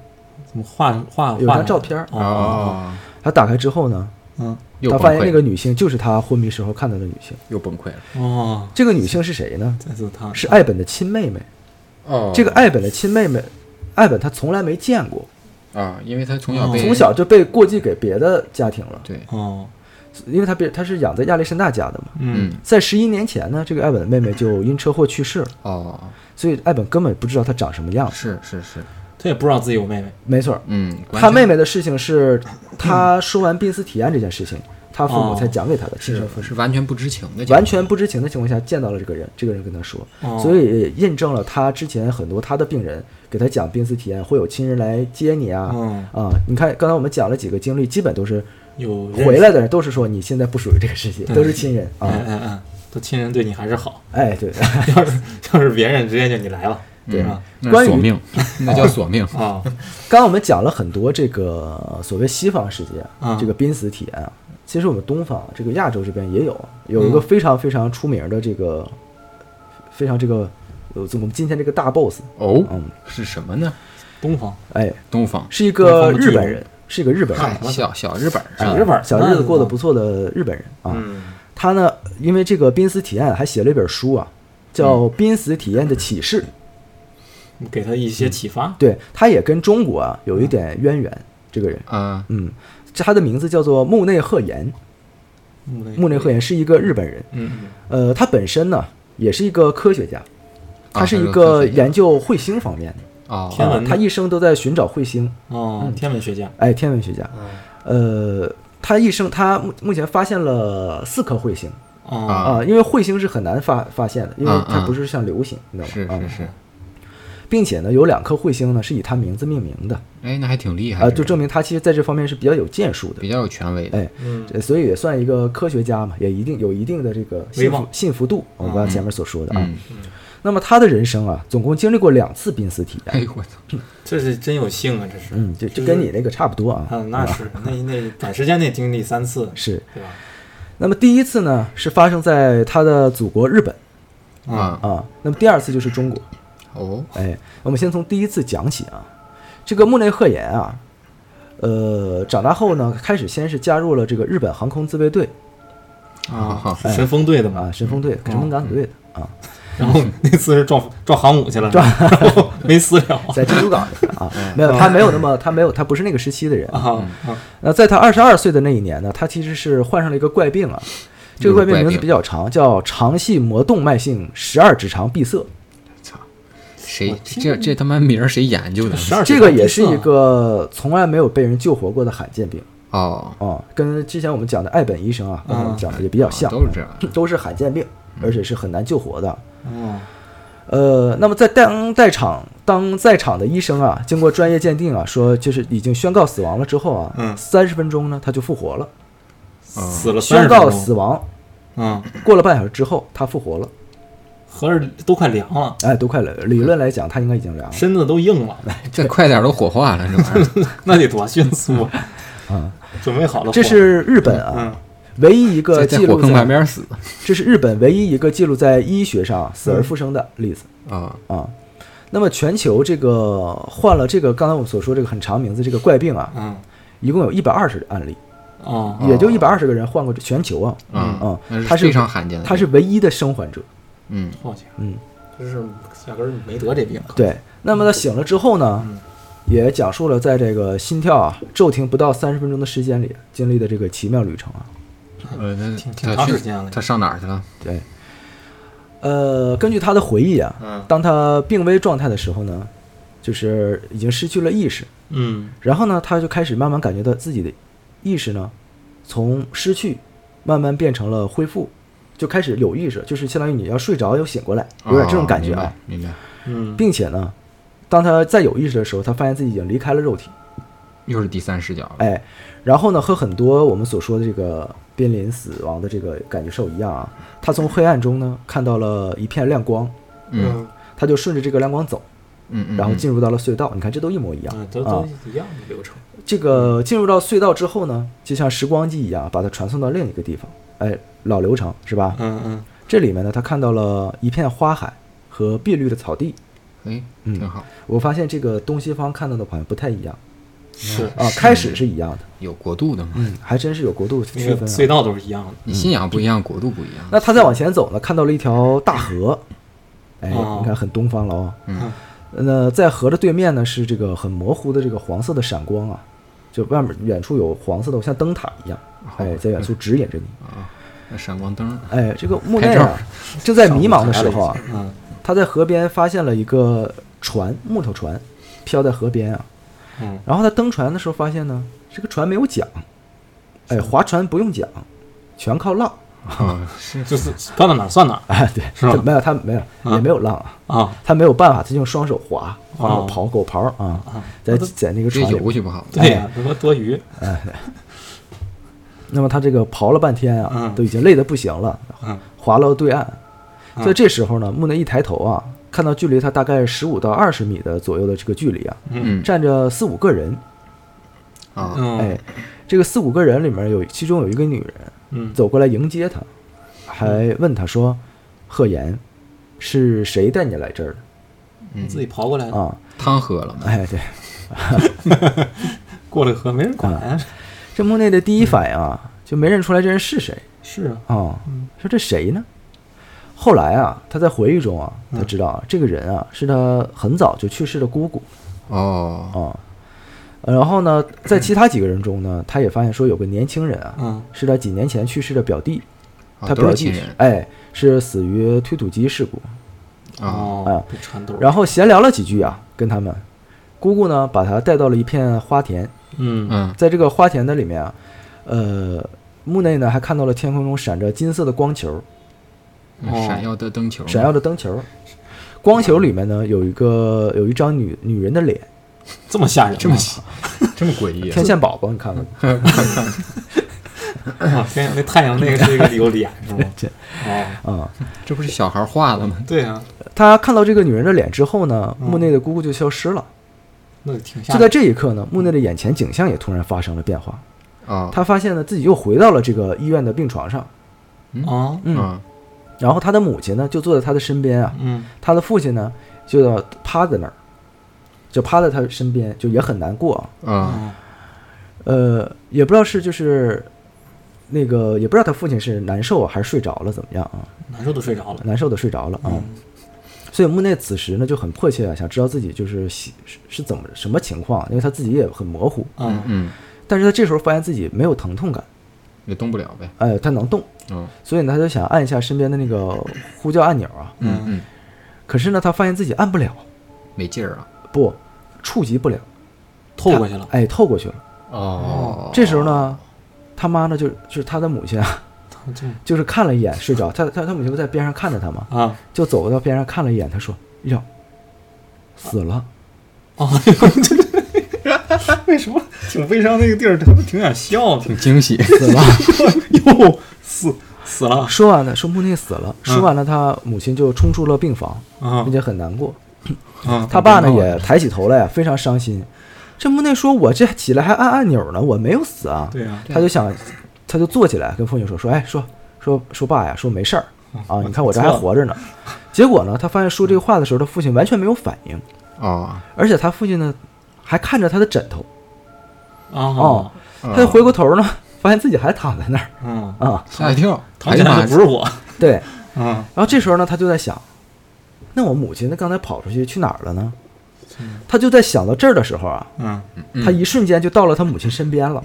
E: 怎么画画
A: 有
E: 画
A: 张照片儿
E: 哦，
D: 哦，
A: 他打开之后呢，
E: 嗯
D: 又
A: 他
D: 崩
A: 发现那
D: 溃
A: 个
D: 了，
A: 女性就是他昏迷时候看到的女性。
D: 又崩溃了。
E: 哦，
A: 这个女性是谁呢？
E: 再次他
A: 是艾本的亲妹妹。
D: 哦，
A: 这个艾本的亲妹妹，艾本她从来没见过，
D: 啊，因为他从小
E: 哦
D: 被
A: 从小就被过继给别的家庭了，
D: 对
E: 哦，
A: 因为他别他是养在亚历山大家的嘛。
E: 嗯，
D: 嗯，
A: 在十一年前呢，这个艾本的妹妹就因车祸去世了，
D: 哦，
A: 所以艾本根本不知道她长什么样子。
D: 是是是，
E: 他也不知道自己有妹妹，
A: 没错儿，
D: 嗯，完
A: 他
D: 全
A: 妹妹的事情是他说完濒死体验这件事情，他父母才讲给他的，亲生父母
D: 哦是完全不知情的，
A: 完全不知情的情况下见到了这个人，这个人跟他说，
E: 哦
A: 所以也印证了他之前很多他的病人给他讲濒死体验会有亲人来接你啊。
D: 哦
E: 嗯，
A: 啊，你看，刚才我们讲了几个经历，基本都是
E: 有认识
A: 回，来的人都是说你现在不属于这个世界，都是亲人
E: 嗯
A: 啊。
E: 嗯嗯，都亲人对你还是好，
A: 哎，对，
E: 要是要是别人直接就你来了，
A: 对
E: 吧？
D: 那
A: 关
D: 是
A: 于
D: 索命，那叫索命，
E: 啊，
A: 刚刚我们讲了很多这个呃所谓西方世界啊
E: 嗯
A: 这个濒死体验啊，其实我们东方这个亚洲这边也有，有一
E: 嗯
A: 个非常非常出名的这个非常这个呃，我们今天这个大 boss，
D: 哦，
A: 嗯，
D: 是什么呢？
E: 东方
A: 哎，
D: 东方，
A: 是一个
E: 东方的
A: 日
E: 巨
A: 本
E: 龙
A: 人，是一个日本人，
D: 嗨，小小日本儿啊
A: 哎
D: 是
E: 日
D: 吧？
E: 本儿
A: 小日子过得不错的日本人啊。
E: 嗯，
A: 他呢，因为这个濒死体验还写了一本书啊，
E: 嗯
A: 叫《濒死体验的启示》。
E: 给他一些启发，
A: 对，他也跟中国啊有一点渊源。这个人，
D: 啊，
A: 嗯，这他的名字叫做木内鹤彦。
E: 木内
A: 嗯木内鹤彦是一个日本人，
E: 嗯，
A: 呃，他本身呢也是一个科学家，他是一
D: 他是啊个科
A: 个
D: 学家
A: 研究彗星方面的，
D: 哦，
E: 天文
A: 啊
E: 呢
A: 他一生都在寻找彗星，
E: 嗯哦，天文学家，
A: 哎，天文学家，呃，他一生他目目前发现了四颗彗星
E: 哦，
D: 啊
A: 啊，因为彗星是很难发发现的，因为
D: 啊
A: 它
D: 啊
A: 不是像流星，你知
D: 是
A: 道吗？
D: 是
A: 啊，
D: 是，
A: 并且呢，有两颗彗星呢是以他名字命名的，
D: 哎，那还挺厉害
A: 啊，
D: 的
A: 就证明他其实在这方面是比较有建树的，
D: 比较有权威的，
A: 哎，
E: 嗯
A: 这所以也算一个科学家嘛，也一定有一定的这个信
E: 威
A: 服
E: 望嗯
A: 信服度。我们刚才前面所说的啊，
D: 嗯，
A: 那么他的人生啊，总共经历过两次濒死体
D: 哎
A: 验，
D: 呦我操，
E: 这是真有幸啊，这是，
A: 嗯，就就
E: 就是
A: 跟你那个差不多啊，
E: 啊，那是那那短时间内经历三次，
A: 是。
E: 对吧？
A: 那么第一次呢是发生在他的祖国日本
D: 啊，
A: 啊，那么第二次就是中国。
D: 哦，
A: 哎，我们先从第一次讲起啊，这个木内鹤彦啊，呃，长大后呢，开始先是加入了这个日本航空自卫队
E: 啊，
A: 哎
E: 是神风队的嘛，
A: 啊，神风
E: 嗯
A: 队、神风敢死队的啊，
E: 然后那次是撞 撞航母去了，然后没私 了
D: 哦
A: 在珍珠港 的啊，没有，他没有那么，他没有，他不是那个时期的人
D: 哦
E: 啊。啊
A: 那在他二十二岁的那一年呢，他其实是患上了一个怪病啊，这个怪病名字比较长，叫肠系膜动脉性十二指肠闭塞，
D: 操，谁这这他妈名儿谁研究的？
E: 十二
A: 这个也是
D: 啊
A: 一个从来没有被人救活过的罕见病
D: 哦，
A: 啊，跟之前我们讲的艾本医生啊，刚才我们讲的也比较像，
D: 啊都是这嗯 样
A: 都是罕见病，而且是很难救活的。
E: 哦，
A: 呃，那么在当在场当在场的医生啊，经过专业鉴定啊，说就是已经宣告死亡了之后啊，
E: 嗯
A: 三十、分钟呢他就复活了，
E: 死了
A: 宣
E: 30
A: 啊告
E: 分钟
A: 死，亡，
E: 嗯，
A: 过了半小时之后他复活了，
E: 合着都快凉了，
A: 哎，都快了，理论来讲他应该已经凉了。
E: 身子都硬了，
D: 这快点儿都火化了，这玩意儿
E: 那得多迅速啊！
A: 嗯
E: 准备好了，
A: 这是日本
E: 嗯
A: 啊，唯一一个
D: 在在
A: 记
D: 火
A: 录
D: 坑旁
A: 在，
D: 边死
A: 这是日本唯一一个记录在医学上死而复生的例子
D: 啊，
A: 啊。那么全球这个患了这个刚才我们所说这个很长名字这个怪病啊，
E: 嗯
A: 一共有一百二十案例。
E: 哦
A: 也就一百二十个人患过这全球啊，
D: 嗯
A: 嗯
D: 那是
A: 他是
D: 非常罕见的
A: 他是唯一的生还者。
D: 嗯，
E: 好家伙，
A: 嗯，
E: 就是压根儿没得这病，啊
A: 对。那么他醒了之后呢，
D: 嗯
A: 也讲述了在这个心跳啊骤停不到三十分钟的时间里经历的这个奇妙旅程啊。
D: 呃，那
E: 挺挺
D: 他
E: 长
D: 去
E: 时间了
D: 他上哪儿去了？
A: 对，呃，根据他的回忆啊
E: 嗯，
A: 当他病危状态的时候呢，就是已经失去了意识，
E: 嗯
A: 然后呢，他就开始慢慢感觉到自己的意识呢，从失去慢慢变成了恢复，就开始有意识，就是相当于你要睡着又醒过来，有点这种感觉啊。
D: 哦，明白，明白
E: 嗯，
A: 并且呢，当他再有意识的时候，他发现自己已经离开了肉体，
D: 又是第三视角了，
A: 哎，然后呢，和很多我们所说的这个濒临死亡的这个感觉兽一样啊，他从黑暗中呢看到了一片亮光，
D: 嗯
A: 他就顺着这个亮光走，
D: 嗯嗯，
A: 然后
D: 嗯
A: 进入到了隧道。你看，这都一模一样
E: 嗯，都
A: 啊
E: 都。一样的流程，
A: 这个进入到隧道之后呢，就像时光机一样，把它传送到另一个地方。哎，老流程是吧？
E: 嗯嗯，
A: 这里面呢，他看到了一片花海和碧绿的草地。
D: 哎，
A: 嗯
D: 挺好，
A: 我发现这个东西方看到的好像不太一样
E: 是
A: 啊，开始是一样的，
D: 有国度的嘛，
A: 嗯，还真是有国度
E: 那
A: 区
E: 个
A: 分、
E: 隧
A: 啊。
E: 道都是一样的，
D: 你信仰不一样，国度不一样，
A: 那他再往前走呢，看到了一条大河，哎，
E: 哦
A: 你看很东方了哦。
D: 嗯
A: 那在河的对面呢是这个很模糊的这个黄色的闪光啊，就外面远处有黄色的，像灯塔一样，哎，在远处指引着你。
D: 那闪光灯，
A: 哎，这个莫
D: 嗯拍
A: 奈
D: 照
A: 啊，正在迷茫的时候啊，
E: 嗯，
A: 他在河边发现了一个船，木头船，漂在河边啊。
E: 嗯。
A: 然后他登船的时候发现呢，这个船没有桨，哎，划船不用桨，全靠浪。
D: 啊
E: 就是翻到哪儿算哪儿
A: 哎，对，
E: 是吗
A: 这没有他没有也没有浪啊，
E: 啊，
A: 他没有办法，他就用双手划，
E: 哦
A: 双手刨狗刨啊，在在那个
D: 直接
A: 船
D: 游
A: 里。
D: 过去不好吗？
E: 对呀，他妈多余，
A: 那么他这个刨了半天啊，
E: 嗯
A: 都已经累得不行了，
E: 嗯
A: 划到对岸。在这时候呢，木内一抬头啊，看到距离他大概十五到二十米的左右的这个距离啊，
D: 嗯
A: 站着四五个人，
D: 啊，
E: 嗯
A: 哎，这个四五个人里面有其中有一个女人
E: 嗯，
A: 走过来迎接他，还问他说：“贺岩，是谁带你来这儿
E: 自己刨过来
A: 的啊？”
D: 汤喝了吗？
A: 哎，对，
E: 过了河没人管，啊
A: 这木内的第一反应啊，就没认出来这人是谁
E: 是啊，
D: 嗯
A: 啊，说这谁呢？后来啊，他在回忆中啊，
D: 嗯
A: 他知道啊，这个人啊是他很早就去世的姑姑
D: 哦，
A: 啊。然后呢，在其他几个人中呢，
D: 嗯
A: 他也发现说有个年轻人啊，
E: 嗯
A: 是他几年前去世的表弟，
D: 啊
A: 他
D: 都
A: 表
D: 是
A: 弟
D: 亲
A: 是
D: 人
A: 哎是死于推土机事故。
D: 啊，
E: 哦，被缠兜，
A: 然后闲聊了几句啊，跟他们姑姑呢把他带到了一片花田，
E: 嗯
D: 嗯
A: 在这个花田的里面啊，呃，木内呢还看到了天空中闪着金色的光球，
E: 哦
D: 闪耀的灯球，
A: 闪耀的灯球。光球里面呢有一个有一张女女人的脸，
E: 这么吓人，
D: 这么 这么诡异啊
A: 哦天线宝宝，你看看，
E: 啊！天那太阳那个是一个有脸是吗？哦，
A: 啊、
D: 这不是小孩画的吗？
E: 对啊，
A: 他看到这个女人的脸之后呢，
E: 嗯啊
A: 木内的姑姑就消失了。
E: 那得挺吓
A: 就在
E: 人
A: 这一刻呢，木内的眼前景象也突然发生了变化，
E: 嗯
D: 啊，
A: 他发现呢自己又回到了这个医院的病床上，
E: 啊，
A: 嗯
D: 啊，
A: 然后他的母亲呢就坐在他的身边啊，
E: 嗯
A: 他的父亲呢，就要趴在那儿，就趴在他身边，就也很难过啊。
D: 啊，
E: 啊
A: 呃，也不知道是就是那个，也不知道他父亲是难受啊还是睡着了，怎么样啊？
E: 难受都睡着了，
A: 难受的睡着了啊。
E: 嗯
A: 所以木内此时呢就很迫切啊，想知道自己就是是是怎么什么情况，啊因为他自己也很模糊。
E: 嗯
D: 嗯，
A: 但是他这时候发现自己没有疼痛感，
D: 也动不了呗，
A: 哎，他能动，
D: 嗯
A: 所以呢他就想按一下身边的那个呼叫按钮啊，
D: 嗯嗯，
A: 可是呢他发现自己按不了，
D: 没劲儿啊，
A: 不触及不了，
E: 透过去了，
A: 哎，透过去了。
D: 哦，
A: 这时候呢，他妈呢就就是他的母亲啊，
E: 这
A: 就是看了一眼睡着，他他他母亲不在边上看着他吗？
E: 啊
A: 就走到边上看了一眼，他说：“哟，死了。
E: 哦，为什么挺悲伤那个地儿，他们挺想笑的，
D: 挺惊 喜，
A: 死了。
E: 哟，死死了”
A: 说完了，说木内死了。说完了，他母亲就冲出了病房，
E: 啊
A: 并且很难过。
E: 啊！
A: 他爸呢也抬起头来啊，非常伤心。这木内说：“我这起来还按按钮呢，我没有死啊。”
E: 对啊，
A: 他就想，他就坐起来跟父亲说：“说，哎，说说说爸呀，说没事儿啊，你看我这还活着呢。”结果呢，他发现说这个话的时候，他父亲完全没有反应，
D: 哦，
A: 而且他父亲呢还看着他的枕头
D: 哦
E: 啊，
A: 哦他就回过头呢， 发现自己还躺在那儿
E: 嗯，
A: 啊。
D: 吓一跳，
E: 躺
D: 还
E: 起
D: 是
E: 来
D: 妈
E: 的不是我，
A: 对，
E: 嗯。
A: 然后这时候呢，他就在想，那我母亲呢刚才跑出去去哪儿了呢？他就在想到这儿的时候啊，
E: 嗯
A: 他一瞬间就到了他母亲身边了。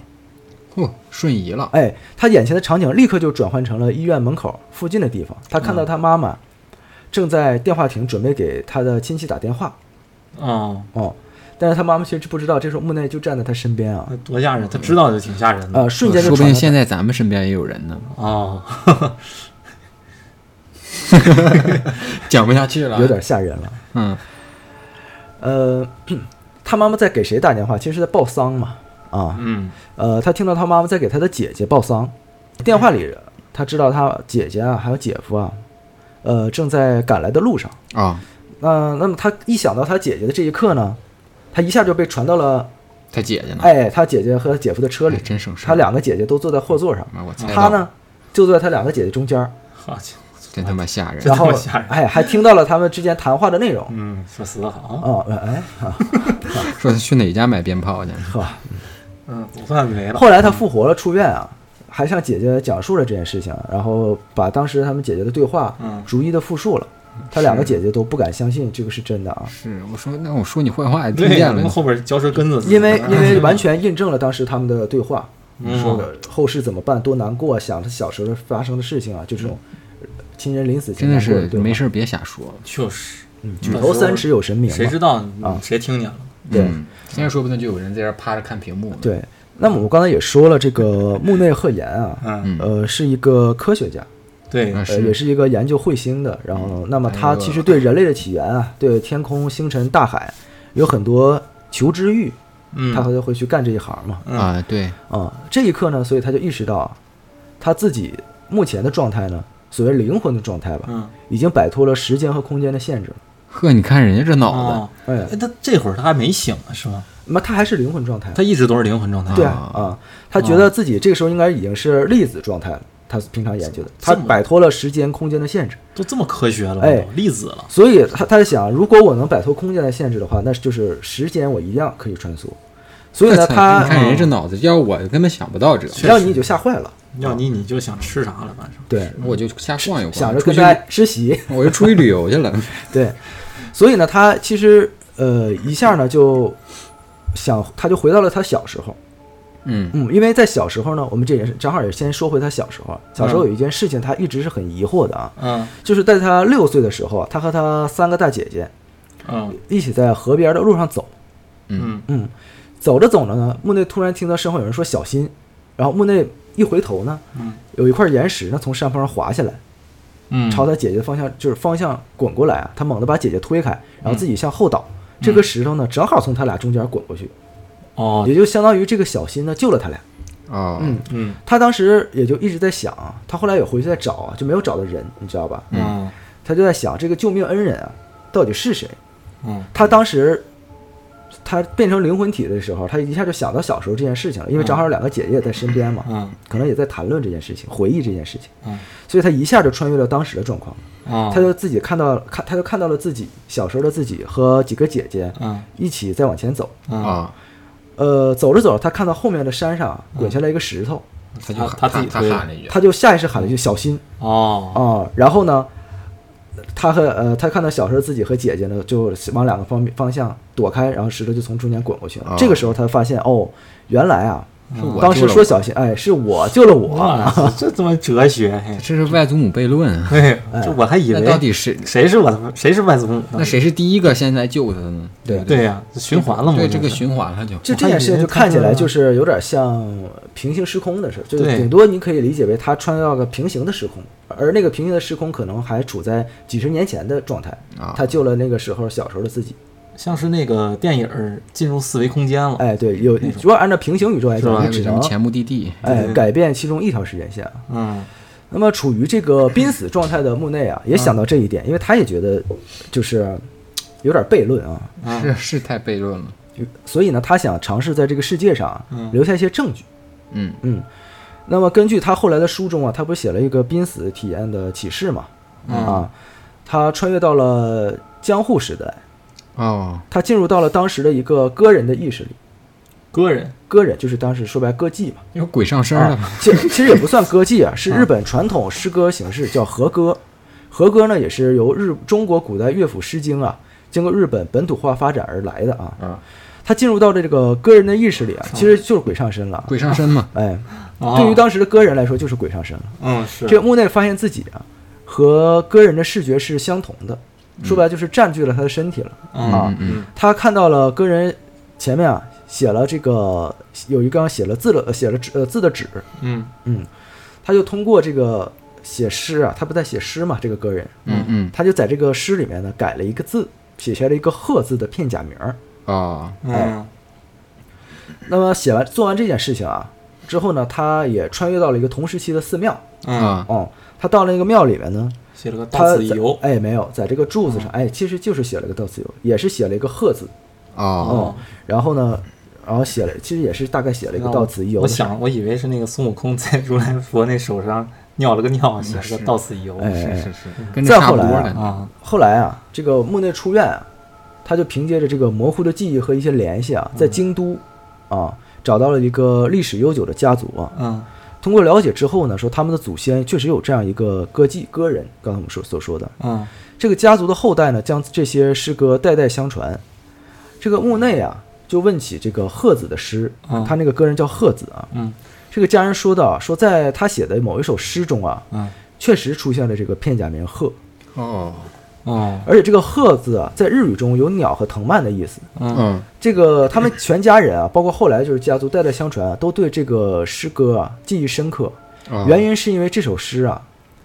D: 哦瞬移了，
A: 哎，他眼前的场景立刻就转换成了医院门口附近的地方。他
D: 嗯
A: 看到他妈妈正在电话亭准备给他的亲戚打电话
E: 哦，
A: 哦，但是他妈妈其实不知道，这时候木内就站在他身边啊，
E: 那多吓人！他知道就挺吓人的
A: 呃，瞬间就
D: 嗯说不
A: 传
D: 定
A: 了
D: 现在咱们身边也有人呢，
E: 哦，
D: 讲不下去了，
A: 有点，吓人了。
D: 嗯
A: 呃， 他妈妈在给谁打电话？其实是在报丧嘛啊，
E: 嗯
A: 呃，他听到他妈妈在给他的姐姐报丧，电话里他知道他姐姐啊还有姐夫啊，呃，正在赶来的路上。
D: 啊，
A: 那那么他一想到他姐姐的这一刻呢，他一下就被传到了
D: 他姐姐呢？
A: 哎，他姐姐和姐夫的车里
D: 哎，真省事儿
A: 他两个姐姐都坐在后座上，
E: 嗯
D: 妈，我猜
A: 他
D: 到
A: 呢就坐在他两个姐姐中间儿，
E: 好家伙，
D: 真他妈吓 人
E: 这
A: 然后
E: 这么吓人
A: 哎还听到了他们之间谈话的内容。
E: 嗯，说死的好，
A: 哦，哎，啊
D: 说他去哪家买鞭 炮去？
A: 呵，
E: 嗯，午饭没了，
A: 后来他复活了，出院啊，还向姐姐讲述了这件事情，然后把当时他们姐姐的对话
E: 嗯
A: 逐一的复述了。他两个姐姐都不敢相信这个是真的啊，
D: 是，我说那我说你坏话也听
E: 对，
D: 见
E: 他
D: 了
E: 们，后边嚼舌根子，
A: 因为因为完全印证了当时他们的对话，
E: 嗯
A: 说的后事怎么办，多难过啊，想着小时候发生的事情啊，就这种亲人临死前
D: 真的
A: 难过
D: 是
A: 对话
D: 没事儿别瞎说。
E: 确实，
A: 嗯举头三尺有神明嘛，
E: 谁知道你
A: 啊
E: 谁听见了？
A: 对
D: 嗯，现在说不定就有人在这儿趴着看屏幕呢。
A: 对，那么我刚才也说了，这个木内鹤彦啊，
E: 嗯，
A: 呃，是一个科学家，
E: 对，
D: 啊，
A: 呃，也
D: 是
A: 是一个研究彗星的。然
E: 嗯
A: 后，那么他
D: 哎呦
A: 其实对人类的起源啊，对天空、星辰、大海有很多求知欲，
E: 嗯，
A: 他会会去干这一行嘛。
E: 嗯
D: 啊，对，
A: 啊，这一刻呢，所以他就意识到啊，他自己目前的状态呢，所谓灵魂的状态吧，
E: 嗯，
A: 已经摆脱了时间和空间的限制了。
D: 呵，你看人家这脑
E: 哦
D: 子，，
A: 哎
E: 哎，他这会儿他还没醒呢，是吗？
A: 那么他还是灵魂状态，
E: 他一直都是灵魂状态，
A: 对啊，啊，他觉得自己这个时候应该已经是粒子状态了。他平常研究的，他
E: 这么
A: 摆脱了时间空间的限制，
E: 都这么科学了，
A: 哎
E: 粒子了，
A: 所以他他在想，如果我能摆脱空间的限制的话，那就是时间我一样可以穿梭。所以呢，
D: 这才
A: 啊他
D: 你看人家这脑子，要我根本想不到这，
A: 让你你就吓坏了，
E: 要你你就想吃啥了，反正
A: 对，
D: 我就瞎晃悠
A: 想
D: 晃，
A: 着
D: 嗯出
A: 跟
D: 去
A: 他吃席，
D: 我就出去旅游去了。
A: 对，所以呢，他其实呃一下呢就想，他就回到了他小时候，
D: 嗯，
A: 嗯，因为在小时候呢，我们这也是正好也先说回他小时候啊，小时候
E: 嗯
A: 有一件事情他一直是很疑惑的啊，
E: 嗯
A: 就是在他六岁的时候啊，他和他三个大姐姐
E: 嗯
A: 一起在河边的路上走，
E: 嗯
A: 嗯，走着走着呢，木内突然听到身后有人说小心，然后木内一回头呢，
E: 嗯
A: 有一块岩石呢从山坡上滑下来，
E: 嗯，
A: 朝他姐姐的方向就是方向滚过来啊，他猛地把姐姐推开，然后自己向后倒，
E: 嗯
A: 这个石头呢正好从他俩中间滚过去，
E: 哦，
A: 也就相当于这个小心呢救了他俩。
D: 哦，
A: 嗯
E: 嗯
A: 他当时也就一直在想啊，他后来也回去再找啊，就没有找到人，你知道吧？
E: 嗯
A: 他就在想这个救命恩人啊，到底是谁？
E: 嗯
A: 他当时他变成灵魂体的时候，他一下就想到小时候这件事情了，因为正好有两个姐姐也在身边嘛，
E: 嗯
A: 可能也在谈论这件事情，回忆这件事情，
E: 嗯
A: 所以他一下就穿越了当时的状况，
E: 嗯，
D: 哦
A: 他就自己看到了看，他就看到了自己小时候的自己和几个姐姐
E: 嗯
A: 一起在往前走，
E: 嗯，
D: 啊，
A: 呃，走着走着，他看到后面的山上啊滚下来一个石头，
D: 他就
E: 他他自己
D: 他
E: 推的
D: 喊了一句，
A: 他就下意识喊了一句小心，
E: 哦，
A: 啊、然后呢，他和呃，他看到小时候自己和姐姐呢，就往两个方面方向躲开，然后石头就从中间滚过去了。
D: 哦
A: 这个时候，他发现哦，原来啊，
D: 是我
A: 当
D: 救
A: 时
D: 了
A: 说
D: 我
A: 小心，哎，是我救了我。
E: 哇， 这这怎么哲学？嘿
D: 这是外祖母悖论啊。
A: 哎
E: 对， 这我还哎以
D: 那
E: 为
D: 到底是
E: 谁是我的谁是外祖母呢？
D: 那谁是第一个先来救他的呢？
A: 对
D: 不
E: 对呀，循环了嘛，
D: 对
E: 就
D: 这个
E: 是
D: 循环了就。
A: 就这
E: 我还
A: 件
E: 以
A: 事情
E: 为
A: 就
E: 他
A: 看起
E: 是
A: 来就是有点像平行时空的事，就是
E: 对
A: 顶多你可以理解为他穿越到个平行的时空，而那个平行的时空可能还处在几十年前的状态
D: 啊。
A: 他救了那个时候小时候的自己。
E: 像是那个电影儿进入四维空间了。
A: 哎，对，有如果按照平行宇宙来
E: 是吧
A: 讲，
D: 还
A: 你
D: 有
A: 只
D: 什
A: 能
D: 么前目的地？
A: 哎改变其中一条时间线啊。
E: 嗯
A: 那么处于这个濒死状态的木内啊，也想到这一点，因为他也觉得就是嘖有点悖论啊，
D: 是是太悖论了。
A: 所以呢，他想尝试在这个世界上啊
E: 嗯
A: 留下一些证据。
D: 嗯
A: 嗯，那么根据他后来的书中啊，他不是写了一个濒死体验的启示嘛？
E: 嗯
A: 啊，他穿越到了江户时代，
D: 哦，
A: 他进入到了当时的一个歌人的意识里。
E: 个人
A: 歌人就是当时说白了歌妓嘛，
D: 有鬼上身了
A: 啊
D: 吧？，
A: 其其实也不算歌妓啊，是日本传统诗歌形式，叫和歌。和歌呢，也是由日中国古代乐府《诗经》啊，经过日本本土化发展而来的啊。
D: 啊，
A: 它进入到这个歌人的意识里啊，其实就是鬼上身了啊。
D: 鬼上 身嘛。
A: 哎，
E: 哦
A: 对于当时的歌人来说，就是鬼上身了。
E: 嗯是
A: 这个木内发现自己啊，和歌人的视觉是相同的，说白了就是占据了他的身体了啊。
E: 嗯
A: 他看到了歌人前面啊写了这个有一张写了字的写了纸呃字的纸，
E: 嗯
A: 嗯，他就通过这个写诗啊，他不在写诗嘛，这个歌人，
D: 嗯嗯
A: 他就在这个诗里面呢改了一个字，写下了一个“鹤”字的片假名儿。
D: 哦，
A: 哎
E: 嗯
A: 那么写完做完这件事情啊之后呢，他也穿越到了一个同时期的寺庙，
E: 嗯，
D: 啊
A: 哦、他到了那个庙里面呢，
E: 写了个到
A: 他
E: 此一
A: 在
E: 游，嗯
A: 哎没有，在这个柱子上，哎其实就是写了个“到此游”，也是写了一个“鹤”字，
E: 嗯
D: 哦，
A: 哦，然后呢，然后写了，其实也是大概写了一个“到此一游”
E: 我
A: 的。
E: 想，我以为是那个孙悟空在如来佛那手上尿了个尿，写了个到此一游。
A: 嗯哎哎
D: 是
A: 哎
D: 是是，跟着
A: 再
D: 差
A: 后
D: 不
A: 来
D: 多
A: 啊
D: 了。
E: 啊，
A: 后来啊，这个木内出院啊，他就凭借着这个模糊的记忆和一些联系啊，在
E: 嗯
A: 京都啊找到了一个历史悠久的家族啊。
E: 嗯
A: 通过了解之后呢，说他们的祖先确实有这样一个歌妓歌人，刚才我们说所说的
E: 嗯
A: 这个家族的后代呢，将这些诗歌代代相传。这个墓内啊，就问起这个贺子的诗，
C: 嗯
A: 他那个歌人叫贺子啊。
C: 嗯
A: 这个家人说到，说在他写的某一首诗中啊，
C: 嗯
A: 确实出现了这个片假名鹤，
D: 哦，
C: 哦
A: 而且这个鹤字啊，在日语中有鸟和藤蔓的意思。
C: 嗯
D: 嗯，
A: 这个他们全家人啊，包括后来就是家族代代相传啊，都对这个诗歌啊记忆深刻。
D: 哦
A: 原因是因为这首诗啊，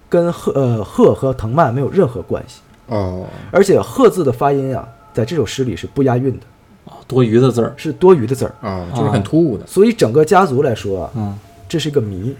A: 跟鹤呃鹤和藤蔓没有任何关系，
D: 哦，
A: 而且鹤字的发音啊，在这首诗里是不押韵的，
C: 哦多余的字儿，
A: 是多余的字儿。
D: 哦，就是很突兀的。
A: 所以整个家族来说啊，
C: 嗯，
A: 这是一个谜。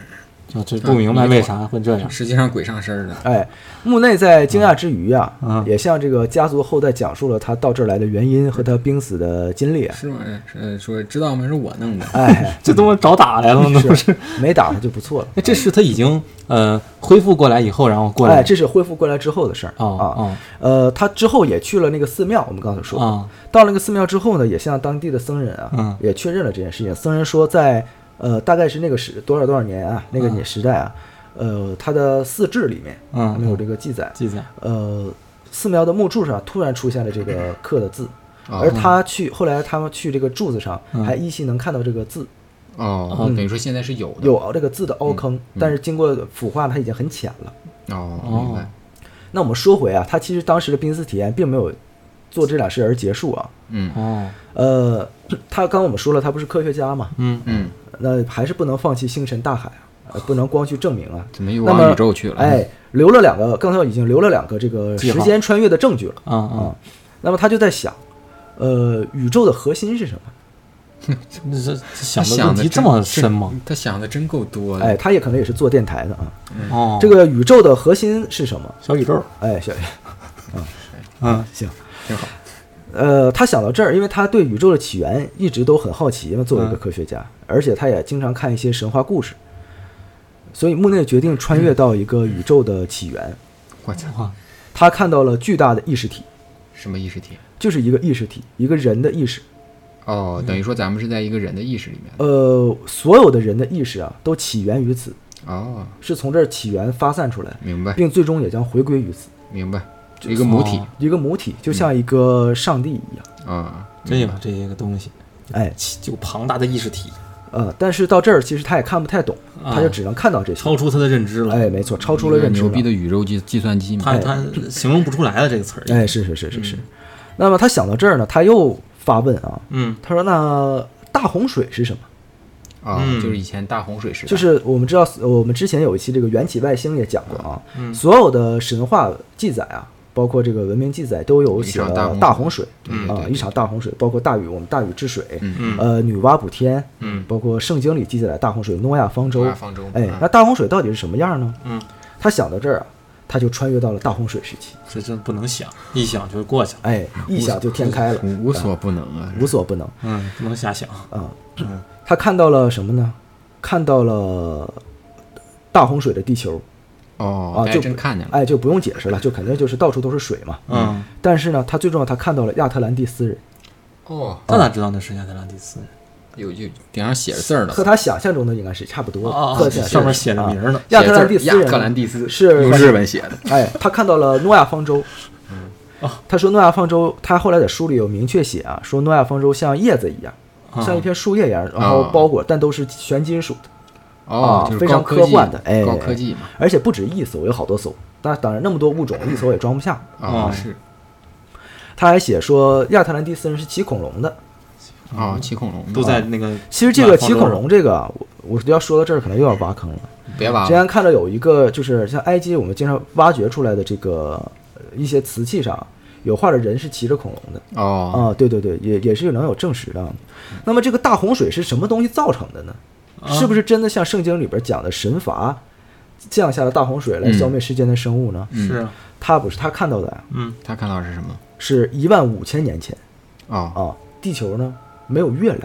C: 就这
A: 嗯
C: 不明白为啥会这样。
D: 实际上鬼上身了。
A: 哎，木内在惊讶之余啊，
C: 嗯
A: 也向这个家族后代讲述了他到这儿来的原因和他濒死的经历。啊
D: 是吗？是说知道吗？是我弄的。
A: 哎，
C: 这他妈找打来了呢，不是？
A: 没打他就不错了。
C: 哎，这是他已经呃恢复过来以后，然后过来。
A: 哎，这是恢复过来之后的事儿、
C: 哦
A: 啊。
C: 哦
A: 呃，他之后也去了那个寺庙，我们刚才说，
C: 啊
A: 到了那个寺庙之后呢，也向当地的僧人啊，
C: 嗯
A: 也确认了这件事情。僧人说在，呃，大概是那个时多少多少年啊，那个年时代啊，呃，他的寺志里面
C: 嗯
A: 他们有这个记载，
C: 记载
A: 呃，寺庙的木柱上突然出现了这个刻的字。
C: 哦嗯
A: 而他去后来，他们去这个柱子上，还依稀能看到这个字，
D: 哦，等于说现在是有的。
A: 有这个字的
C: 嗯
A: 凹坑，但是经过腐化，它已经很浅了。
D: 哦，明
C: 哦
D: 白。
A: 那我们说回啊，他其实当时的濒死体验并没有做这俩事而结束啊。
D: 嗯
C: 哦
A: 呃，他刚刚我们说了，他不是科学家嘛，
C: 嗯
D: 嗯，
A: 那还是不能放弃星辰大海啊，呃不能光去证明啊。
D: 怎么又
A: 那么
D: 往宇宙去了？
A: 哎，留了两个，刚才我已经留了两个这个
C: 记号
A: 时间穿越的证据了
C: 啊
E: 嗯
C: 啊，
A: 啊。那么他就在想，呃，宇宙的核心是什么？
C: 这这这想
D: 他
C: 的
D: 想
C: 问
D: 的
C: 题这
D: 真
C: 么深吗？？
D: 他想的真够多
A: 哎，
D: 的。
A: 他也可能也是做电台的啊。
D: 嗯
C: 哦，
A: 这个宇宙的核心是什么？
C: 小宇宙，
A: 哎，小
C: 嗯
A: 行，
D: 挺好。
A: 呃，他想到这儿，因为他对宇宙的起源一直都很好奇，因为作为一个科学家，
D: 嗯
A: 而且他也经常看一些神话故事，所以木内决定穿越到一个宇宙的起源。
D: 我操，
C: 哇，
A: 他看到了巨大的意识体，
D: 什么意识体？
A: 就是一个意识体，一个人的意识。
D: 哦，
A: 嗯
D: 等于说咱们是在一个人的意识里面。
A: 呃，所有的人的意识啊，都起源于此，
D: 哦，
A: 是从这儿起源发散出来，
D: 明白
A: 并最终也将回归于此。啊
D: 明白，嗯一个母体嗯
C: 哦
A: 一个母体就像一个上帝一样，
D: 啊。
C: 这个这一个东西，
A: 哎，
C: 就庞大的意识体，
A: 呃，但是到这儿其实他也看不太懂，
D: 啊
A: 他就只能看到这些。
C: 超出他的认知了。
A: 哎，没错，超出了
D: 一个
A: 认知
D: 牛
A: 了。
D: 逼的宇宙计计算机嘛
C: 他。他形容不出来了这个词儿。
A: 哎，是是是是
D: 嗯
A: 是。那么他想到这儿呢，他又发问啊，
C: 嗯，
A: 他说：“那大洪水是什么？
D: 啊，
C: 嗯
D: 就是以前大洪水时代。
A: 就是我们知道，我们之前有一期这个缘起外星也讲过啊，
D: 嗯
A: 所有的神话记载啊，包括这个文明记载都有写
D: 一场大
A: 了
D: 洪
A: 大洪水
D: 嗯
A: 啊
D: 对，对
A: 一场大洪水，包括大禹，我们大禹治水，
C: 嗯
A: 呃，女娲补天，
C: 嗯
A: 包括圣经里记载的大洪水，诺亚方舟
D: 诺亚方舟，
A: 哎
D: 嗯，
A: 那大洪水到底是什么样呢？
C: 嗯，
A: 他想到这儿啊，他就穿越到了大洪水时期，
C: 这真不能想，一想就过去了。
A: 哎，一想就天开了，
D: 嗯
A: 哎
D: 无无所不能啊。
A: 无所不能。”
C: 嗯，不能瞎想。
A: 啊，他看到了什么呢？看到了大洪水的地球
D: 哦，
A: 啊，
D: 还
A: 就
D: 真看见了。
A: 哎，就不用解释了，就肯定就是到处都是水嘛。
C: 嗯，
A: 但是呢，他最重要，他看到了亚特兰蒂斯人，
D: 哦，
C: 他咋知道那是亚特兰蒂斯？
D: 有有顶上写着字儿呢
A: 和。他想象中的应该是差不多的，
C: 哦
A: 和
C: 哦，
A: 他想象
C: 上面写着名儿呢。
A: 亚特兰蒂
D: 写
A: 斯
D: 字儿
A: 人，
D: 亚特兰蒂斯
A: 是
D: 用日文写嗯的。
A: 哎，他看到了诺亚方舟。他说诺亚方舟，他后来在书里有明确写啊，说诺亚方舟像叶子一样，
D: 嗯
A: 像一片树叶一样，然后
D: 啊
A: 包裹，但都是全金属的。
D: 哦
A: 啊，
D: 就是
A: 非
D: 高
A: 常
D: 科
A: 科
D: 技
A: 幻的，哎，
D: 高科技嘛。
A: 而且不止一艘，有好多艘。但当然那么多物种，一艘也装不下。
D: 哦，
C: 嗯
D: 是
A: 他还写说亚特兰蒂斯人是骑恐龙的。啊
D: 哦，骑恐龙的
C: 都在那个
A: 其实这个骑
C: 骑
A: 恐龙这个啊，我我要说到这儿可能又要挖坑了。
D: 别挖
A: 之前看到有一个就是像埃及我们经常挖掘出来的这个呃一些瓷器上有画着人是骑着恐龙的。啊，
D: 哦
A: 对对对，也也是能有证实的啊。那么这个大洪水是什么东西造成的呢？是不是真的像圣经里边讲的神罚降下了大洪水来消灭世间的生物呢？
C: 是啊，
A: 他不是，他看到的啊
C: 嗯
D: 他看到是什么？
A: 是一万五千年前
D: 哦
A: 啊，地球呢没有月亮，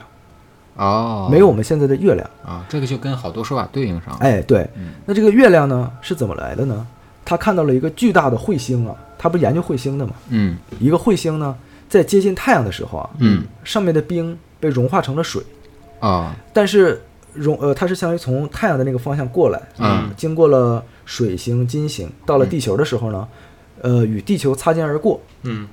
D: 哦，
A: 没有我们现在的月亮。
D: 啊，这个就跟好多说法对应上了。
A: 哎，对，那这个月亮呢是怎么来的呢？他看到了一个巨大的彗星啊，他不是研究彗星的嘛？
D: 嗯
A: 一个彗星呢，在接近太阳的时候啊，
D: 嗯，
A: 上面的冰被融化成了水，
D: 哦
A: 但是融呃，它是相当于从太阳的那个方向过来，
D: 嗯，
A: 经过了水星、金星，到了地球的时候呢，呃，与地球擦肩而过。
E: 嗯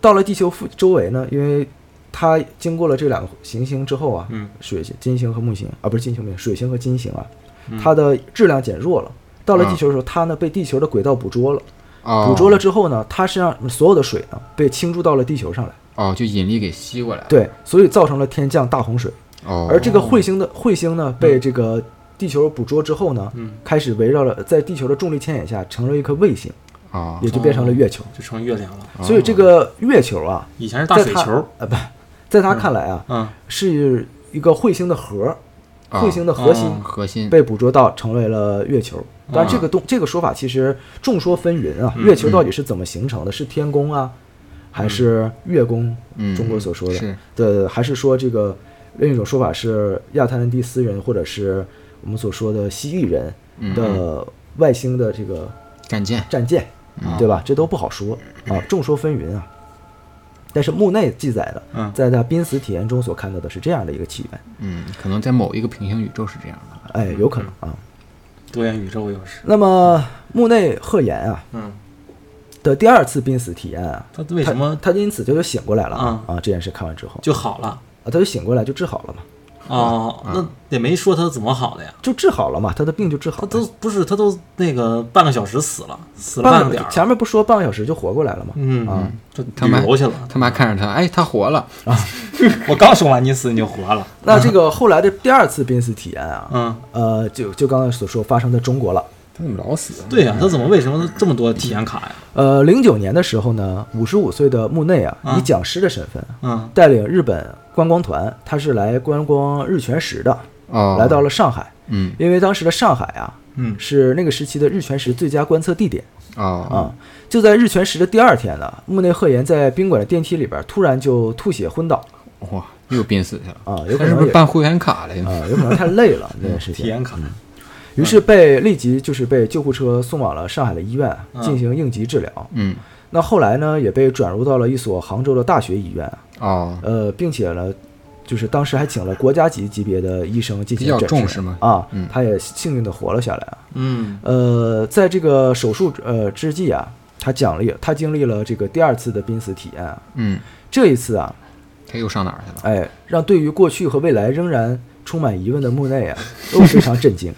A: 到了地球附周围呢，因为它经过了这两个行星之后啊，
E: 嗯
A: 水星、金星和木星啊，不是金星、木星，水星和金星啊
E: 嗯，
A: 它的质量减弱了。到了地
D: 啊
A: 球的时候，它呢被地球的轨道捕捉了，
D: 哦，
A: 捕捉了之后呢，它身上所有的水呢被倾注到了地球上来，
D: 哦，就引力给吸过来。
A: 对，所以造成了天降大洪水。
D: 哦，
A: 而这个彗星的彗星呢，被这个地球捕捉之后呢，
E: 嗯，
A: 开始围绕了在地球的重力牵引下，成了一颗卫星，
D: 哦
A: 也就变成了月球。
E: 就成月亮了。
A: 所以这个月球啊，
E: 以前是大
A: 在
E: 水
A: 它
E: 球，
A: 呃不，在他看来啊，
E: 嗯，
A: 是一个彗星的核，
D: 啊
A: 彗星的核心
D: 哦核心
A: 被捕捉到成为了月球。当然，这个东这个说法其实众说纷纭啊。月球到底是怎么形成的？是天宫啊，还是月宫？
D: 嗯
A: 中国所说的
D: 是
A: 的，还是说这个另一种说法是亚特兰蒂斯人，或者是我们所说的蜥蜴人的外星的这个
D: 战舰
A: 战舰，
E: 啊
A: 对吧？这都不好说啊，众说纷纭啊。但是墓内记载的
E: 嗯，
A: 在他濒死体验中所看到的是这样的一个起源，
D: 嗯，可能在某一个平行宇宙是这样的。
A: 哎，
E: 嗯
A: 有可能啊。
E: 多元宇宙又是，
A: 那么墓内赫言啊
E: 嗯，
A: 的第二次濒死体验啊，
E: 他为什么嗯
A: 他因此他就醒过来了啊啊！这件事看完之后
E: 就好了？
A: 啊，他就醒过来就治好了嘛，
E: 哦，那也没说他怎么好的呀。
A: 就治好了嘛，他的病就治好
E: 他
A: 了。
E: 都不是，他都那个半个小时死了，死了
A: 半
E: 半
A: 个
E: 个点儿，
A: 前面不说半个小时就活过来了吗？
E: 嗯
A: 啊，
E: 就
D: 他
E: 旅
D: 妈
E: 游去了。
D: 他妈看着他，哎，他活了。
E: 我刚说完你死你就活了，
A: 那这个后来的第二次濒死体验啊，
E: 嗯，
A: 呃，就就刚才所说发生在中国了。
D: 他怎么老死？
E: 对呀、他怎么为什么这么多体验卡呀？
A: 呃，零九年的时候呢，五十五岁的木内啊，
E: 啊
A: 以讲师的身份
E: 嗯
A: 带领日本观光团，他是来观光日全食的，
D: 哦，
A: 来到了上海，
D: 嗯
A: 因为当时的上海啊
E: 嗯
A: 是那个时期的日全食最佳观测地点
D: 哦
A: 啊。就在日全食的第二天呢，木内贺彦在宾馆的电梯里边突然就吐血昏倒
D: 哇，又濒死去了。
A: 啊，有可
D: 他是
A: 能
D: 不是
A: 也
D: 办会员卡了呀？
A: 啊，有可能太累了那件事
E: 体
A: 情，
E: 验卡，
A: 于是被立即就是被救护车送往了上海的医院进行应急治疗。
D: 嗯
A: 那后来呢，也被转入到了一所杭州的大学医院，
D: 哦，
A: 呃，并且呢，就是当时还请了国家级级别的医生进行
D: 比较
A: 诊
D: 重
A: 治
D: 视嘛
A: 啊，
D: 嗯
A: 他也幸运的活了下来啊。
E: 嗯
A: 呃，在这个手术呃之际啊，他讲了他经历了这个第二次的濒死体验啊，
D: 嗯，
A: 这一次啊，
D: 他又上哪儿去了？
A: 哎，让对于过去和未来仍然充满疑问的木内啊，都非常震惊。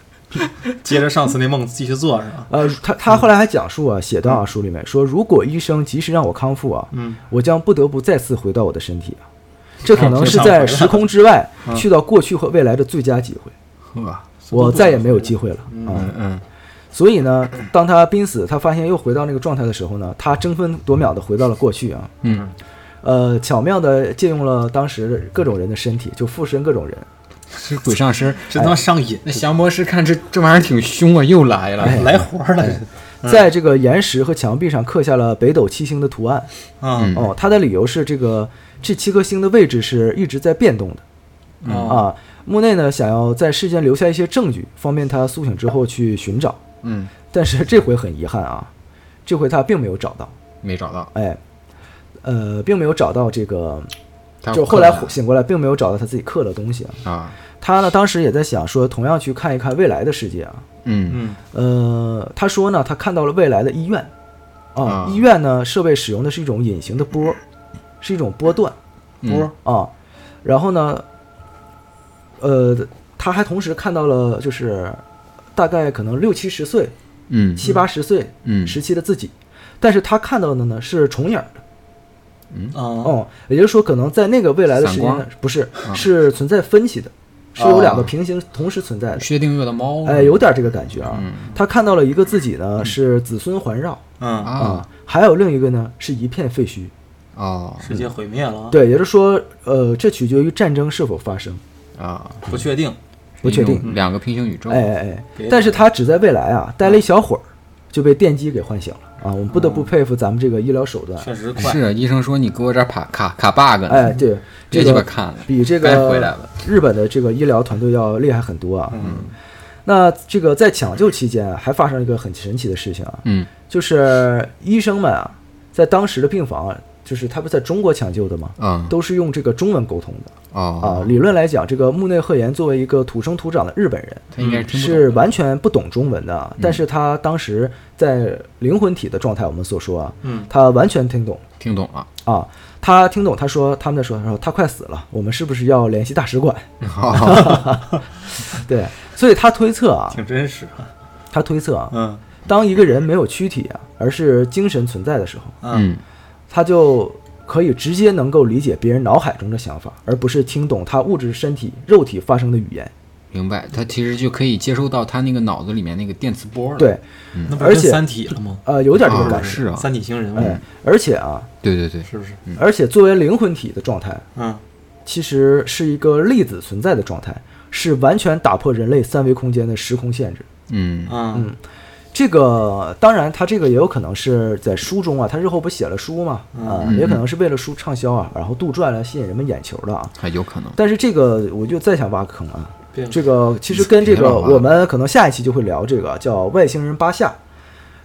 E: 接着上次那梦继续做是吧？
A: 呃，他他后来还讲述啊，写到啊书里面说，如果医生及时让我康复啊，
E: 嗯，
A: 我将不得不再次回到我的身体啊，这可能是
E: 啊
A: 在时空之外
D: 嗯
A: 去到过去和未来的最佳机会，
D: 呵，
A: 我再也没有机会了啊
D: 嗯。嗯，
A: 所以呢，当他濒死，他发现又回到那个状态的时候呢，他争分夺秒的回到了过去啊，
D: 嗯，
A: 呃，巧妙的借用了当时各种人的身体，就附身各种人，
D: 是鬼上身。
E: 这他妈上瘾，
D: 那降魔师看这这玩意儿挺凶啊，又来了。
A: 哎
E: 来活儿了，
D: 嗯
A: 在这个岩石和墙壁上刻下了北斗七星的图案。
E: 嗯
A: 哦，他的理由是这个这七颗星的位置是一直在变动的。啊，
E: 哦
A: 木内呢想要在世间留下一些证据，方便他苏醒之后去寻找。
D: 嗯，
A: 但是这回很遗憾啊，这回他并没有找到，
D: 没找到。
A: 哎，呃，并没有找到这个，
D: 他
A: 就后来
D: 困了
A: 醒过来，并没有找到他自己刻的东西啊。
D: 啊，
A: 他呢当时也在想说，同样去看一看未来的世界啊。
D: 嗯
E: 嗯
A: 呃，他说呢，他看到了未来的医院，啊，
D: 啊
A: 医院呢设备使用的是一种隐形的波，是一种波段，
D: 嗯
A: 啊，然后呢，呃，他还同时看到了就是大概可能六七十岁、
D: 嗯
A: 七八十岁
D: 嗯
A: 时期的自己，但是他看到的呢是重影儿的，
E: 哦
A: 哦、也就是说可能在那个未来的
D: 散
A: 时间呢
D: 光啊
A: 不是是存在分歧的，是有两个
D: 哦
A: 平行同时存在的，
D: 薛定谔的猫呢。
A: 哎，有点这个感觉啊
D: 哦嗯。
A: 他看到了一个自己呢是子孙环绕
E: 嗯，
D: 啊
A: 还有另一个呢是一片废墟，
D: 哦
E: 世界毁灭了，，
A: 对，也就是说，呃，这取决于战争是否发生。
D: 啊，
E: 不确定，
A: 不确定
D: 一种两个平行宇宙。
A: 哎哎哎
E: 别！
A: 但是他只在未来
D: 嗯
A: 啊待了一小会儿，就被电击给唤醒了啊！我们不得
D: 嗯
A: 不佩服咱们这个医疗手段。
E: 确实快，
D: 是啊，医生说你给我这儿卡卡卡 bug 呢。
A: 哎，对，
D: 这
A: 个
D: 鸡巴看了
A: 比这
D: 该回来
A: 个
D: 了
A: 日本的这个医疗团队要厉害很多啊。嗯，那这个在抢救期间啊，还发生了一个很神奇的事情啊，
D: 嗯
A: 就是医生们啊，在当时的病房啊就是他不是在中国抢救的嘛，
D: 啊
A: 都是用这个中文沟通的
D: 哦，
A: 啊。理论来讲，这个木内贺彦作为一个土生土长的日本人，
D: 他应该是听不懂嗯
A: 是完全不懂中文的啊，但是他当时在灵魂体的状态，我们所说啊，
E: 嗯，
A: 他完全听懂
D: 听懂 了，
A: 啊，他听懂他说他们在说，他说他快死了，我们是不是要联系大使馆？
D: 哦
A: 对，所以他推测啊，
E: 挺真实啊。
A: 他推测啊，
E: 嗯
A: 当一个人没有躯体啊，而是精神存在的时候，
E: 嗯
D: 嗯
A: 他就可以直接能够理解别人脑海中的想法，而不是听懂他物质身体肉体发生的语言。
D: 明白，他其实就可以接收到他那个脑子里面那个电磁波了。
A: 对，
E: 那不是
A: 而且
E: 跟三体了吗？
A: 呃，有点这个
D: 啊
A: 感觉。
D: 是啊，
E: 三体星人
A: 哎
E: 嘛，，
A: 而且啊，
D: 对对对，
E: 是不是？
D: 嗯
A: 而且作为灵魂体的状态，
E: 嗯，
A: 其实是一个粒子存在的状态，是完全打破人类三维空间的时空限制。
D: 嗯
E: 嗯
A: 这个当然，他这个也有可能是在书中啊，他日后不写了书嘛，啊、
D: 嗯
A: 也可能是为了书畅销啊，然后杜撰来吸引人们眼球的啊。
D: 还有可能，
A: 但是这个我就再想挖坑啊，
E: 变
A: 这个其实跟这
D: 别
A: 个
D: 老挖了
A: 我们可能下一期就会聊这个叫外星人巴夏，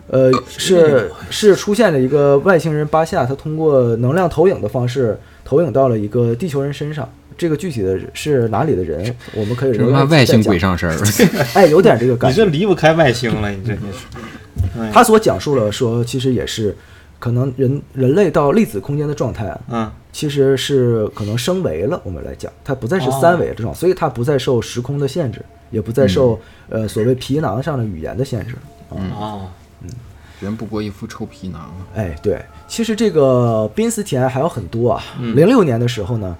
A: 呃，
D: 哦
A: 是是出现了一个外星人巴夏，他通过能量投影的方式投影到了一个地球人身上。这个具体的是哪里的人，我们可以
D: 这他妈外星鬼
A: 上，
D: 上身儿，
A: 哎，有点这个感
E: 你
A: 觉
E: 这。离不开外星了，你这也是。 哎
A: 他所讲述了说，其实也是可能人人类到粒子空间的状态啊，
E: 嗯
A: 其实是可能升维了。我们来讲，它不再是三维这种，所以它不再受时空的限制，也不再受、呃所谓皮囊上的语言的限制。嗯
E: 哦，
D: 人不过一副臭皮囊啊。
A: 哎，对，其实这个宾斯提安还有很多啊。零六、年的时候呢，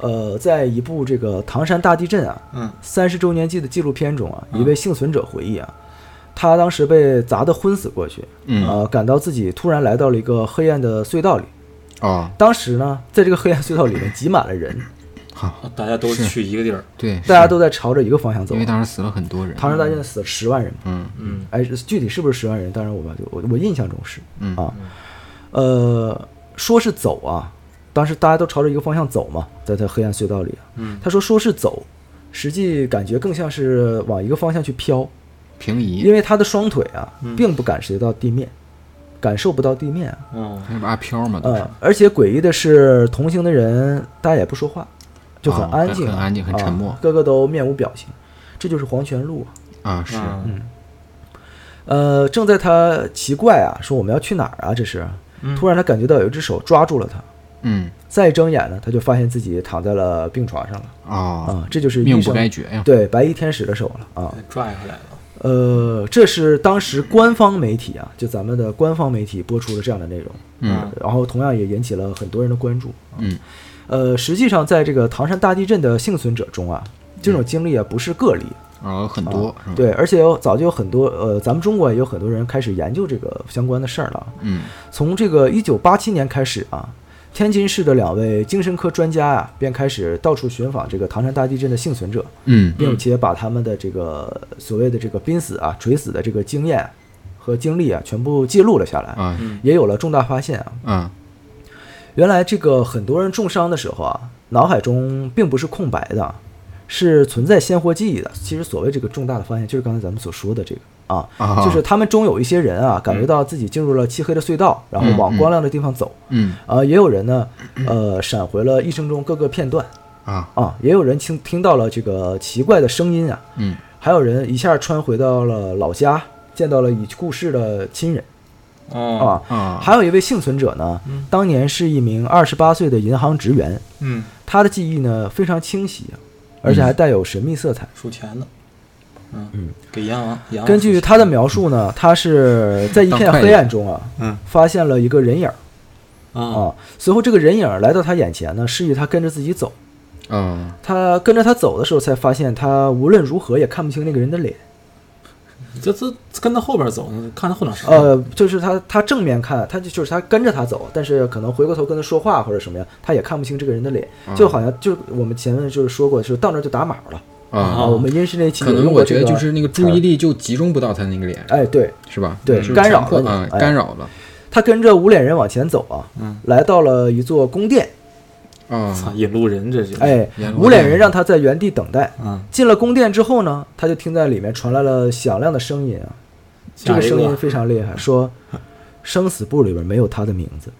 A: 呃，在一部这个唐山大地震啊，
E: 嗯，
A: 三十周年记的纪录片中啊，一位幸存者回忆啊，他当时被砸得昏死过去，
D: 嗯
A: 呃，感到自己突然来到了一个黑暗的隧道里。
D: 哦，
A: 当时呢，在这个黑暗隧道里面挤满了人，
D: 好，
E: 哦大家都去一个地儿。
D: 对，
A: 大家
D: 是
A: 都在朝着一个方向走
D: 因。为当时死了很多人。
A: 唐山大地震死了十万人嘛，
D: 嗯
E: 嗯
A: 哎，具体是不是十万人？当然我吧，就我我印象中是，
D: 嗯
A: 啊，呃，说是走啊，当时大家都朝着一个方向走嘛，在在黑暗隧道里、啊，
E: 嗯，
A: 他说说是走，实际感觉更像是往一个方向去飘，
D: 平移
A: 因，为他的双腿啊，
D: 嗯
A: 并不感觉到地面，感受不到地面啊，
E: 嗯
D: 那不阿飘嘛，都是
A: 呃，而且诡异的是，同行的人大家也不说话，就很
D: 啊
A: 安静啊、
D: 很很安静很沉默
A: 啊个个都面无表情，这就是黄泉路啊。
D: 啊，是
E: 嗯
A: 呃，正在他奇怪啊，说我们要去哪儿啊？这是，突然他感觉到有一只手抓住了他，
D: 嗯
A: 再一睁眼呢，他就发现自己躺在了病床上了
D: 哦，
A: 啊！这就是
D: 命
A: 医
D: 不
A: 生
D: 该啊绝呀。
A: 对白衣天使的手了啊。
E: 拽回来了。
A: 呃，这是当时官方媒体啊，就咱们的官方媒体播出了这样的内容，啊
D: 嗯
A: 然后同样也引起了很多人的关注。啊
D: 嗯
A: 呃，实际上在这个唐山大地震的幸存者中啊，这
D: 嗯
A: 种经历啊不是个例，
D: 然后哦很多是吧？
A: 对，而且有早就有很多呃，咱们中国也有很多人开始研究这个相关的事儿了啊。
D: 嗯
A: 从这个一九八七年开始啊，天津市的两位精神科专家啊，便开始到处寻访这个唐山大地震的幸存者，
D: 嗯
A: 并且把他们的这个所谓的这个濒死啊、垂死的这个经验和经历啊，全部记录了下来，
D: 啊
A: 也有了重大发现啊。
D: 啊
A: 原来这个很多人重伤的时候啊，脑海中并不是空白的，是存在鲜活记忆的。其实所谓这个重大的发现，就是刚才咱们所说的这个啊，
D: 啊
A: 就是他们中有一些人啊，感觉到自己进入了漆黑的隧道，然后往光亮的地方走。
D: 嗯
A: 啊，也有人呢，呃，闪回了一生中各个片段
D: 啊
A: 啊，也有人听听到了这个奇怪的声音啊，
D: 嗯
A: 还有人一下穿回到了老家，见到了已故世的亲人
E: 哦，
A: 啊。
D: 啊嗯
A: 还有一位幸存者呢，当年是一名二十八岁的银行职员，
E: 嗯，
A: 他的记忆呢非常清晰，而
D: 嗯
A: 且还带有神秘色彩。
E: 数钱呢。嗯，给阎王，阎王
A: 根据他的描述 呢，他是在一片
D: 啊当快递
A: 黑暗中啊，
E: 嗯
A: 发现了一个人影儿
E: 啊
A: 啊，随后这个人影儿来到他眼前呢，示意他跟着自己走。
D: 啊
A: 他跟着他走的时候，才发现他无论如何也看不清那个人的脸。
E: 这这跟他后边走，看他后脑勺。
A: 呃，就是他他正面看，他就就是他跟着他走，但是可能回过头跟他说话或者什么呀，他也看不清这个人的脸，就好像就我们前面就是说过，就是到那儿就打码了
D: 啊，
A: 啊。我们阴湿那期
D: 可
A: 有
D: 能
A: 用
D: 我
A: 过
D: 觉
A: 这
D: 得
A: 个
D: 就是那个注
A: 词
D: 意
A: 儿，
D: 力就集中不到他那个脸，
A: 哎，对，
D: 是吧？
A: 对
D: 就是
A: 干扰
D: 强迫
A: 了你
D: 啊，
A: 哎
D: 干扰了
A: 他跟着无脸人往前走啊，
D: 嗯
A: 来到了一座宫殿，
E: 操，
D: 啊
E: 引路人这是。，
A: 哎
D: 阎，罗
A: 无脸
D: 殿
A: 人让他在原地等待。
E: 嗯，
A: 进了宫殿之后呢，他就听在里面传来了响亮的声音啊，这
E: 下
A: 个
E: 一
A: 声音
E: 个
A: 非常厉害，说生死簿里边没有他的名字。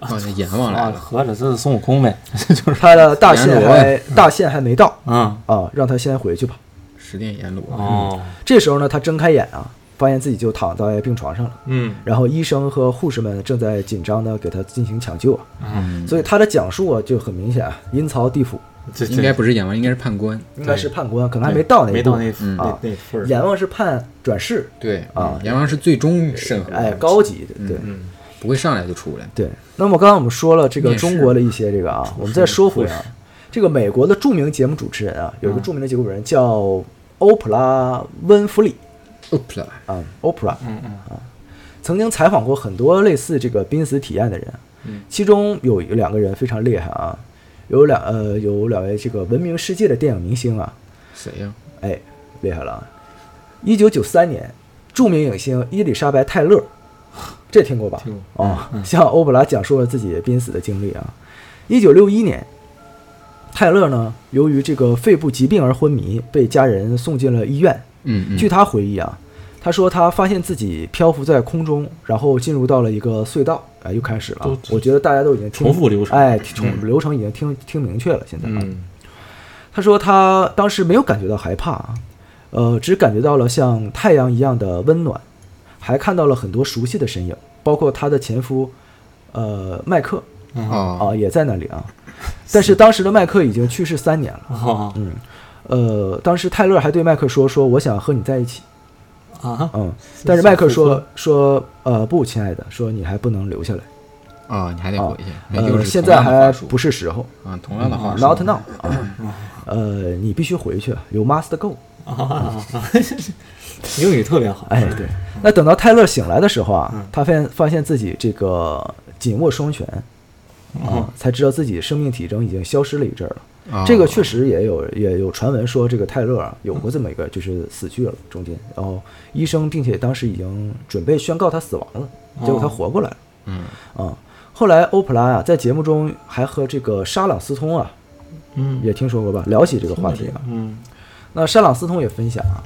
D: 啊，那阎王来
C: 啊，
D: 了，
C: 合着这是孙悟空 呗，就是
A: 他的大
D: 阎
A: 限
D: 罗啊
A: 还大限还没到
C: 嗯
A: 啊，让他先回去吧。
D: 十殿阎罗。
C: 哦
A: 这时候呢，他睁开眼啊，发现自己就躺在病床上了。
E: 嗯，
A: 然后医生和护士们正在紧张的给他进行抢救啊，
D: 嗯，
A: 所以他的讲述啊就很明显啊，阴曹地府
E: 这这
D: 应该不是阎王，应该是判官。
A: 应该是判官，可能还没到那一
E: 没
A: 步
E: 到那
D: 嗯
E: 那
A: 啊
E: 那份儿。哦
A: 阎王是判转世，
D: 对嗯
A: 啊
D: 阎王是最终审核，
A: 哎，高级的对
E: 嗯，
D: 不会上来就出来。
A: 对。那么刚才我们说了这个
D: 面试
A: 中国的一些这个啊，我们再说回啊，这个美国的著名节目主持人啊，
E: 嗯
A: 有一个著名的节目主持人叫欧普拉温弗里
D: Oprah，
A: 啊，欧普拉，嗯嗯啊，曾经采访过很多类似这个濒死体验的人，其中有两个人非常厉害啊，有两呃有两位这个闻名世界的电影明星啊，
D: 谁呀？
A: 哎，厉害了！一九九三年，著名影星伊丽莎白·泰勒，这听过吧？
E: 听
A: 过啊、 向欧普拉讲述了自己濒死的经历啊。一九六一年，泰勒呢，由于这个肺部疾病而昏迷，被家人送进了医院。
D: 嗯嗯，
A: 据他回忆啊，他说他发现自己漂浮在空中，然后进入到了一个隧道。哎，又开始了啊。我觉得大家都已经听
E: 重复流程
A: 哎，重流程已经听听明确了。现在啊，
E: 嗯，
A: 他说他当时没有感觉到害怕啊，呃，只感觉到了像太阳一样的温暖，还看到了很多熟悉的身影，包括他的前夫，呃，麦克
D: 哦，
A: 啊也在那里啊。但是当时的麦克已经去世三年了，
E: 哦
A: 嗯，呃，当时泰勒还对麦克说说我想和你在一起，
E: 啊，
A: 嗯，但是麦克
E: 复
A: 说
E: 婚
A: 说呃不，亲爱的，说你还不能留下来
D: 哦，你还得
A: 啊
D: 回去，，那又
A: 呃，
D: 是
A: 现
D: 同
A: 在
D: 样的
A: 还
D: 话术
A: 不是时候
D: 啊，同样的话术
A: ，not now 啊，呃，你必须回去，you must go。啊
E: 英语特别好。
A: 哎，
D: 嗯
A: 对。那等到泰勒醒来的时候啊，他发现发现自己这个紧握双拳，啊，才知道自己生命体征已经消失了一阵儿了
D: 嗯哦。
A: 这个确实也有也有传闻说，这个泰勒啊有过这么一个就是死去了中间，然后医生并且当时已经准备宣告他死亡了，结果他活过来了。
D: 哦嗯，
A: 啊，后来欧普拉啊在节目中还和这个沙朗斯通啊，
E: 嗯，
A: 也听说过吧，聊起这个话题啊。
E: 嗯，
A: 那沙朗斯通也分享 啊，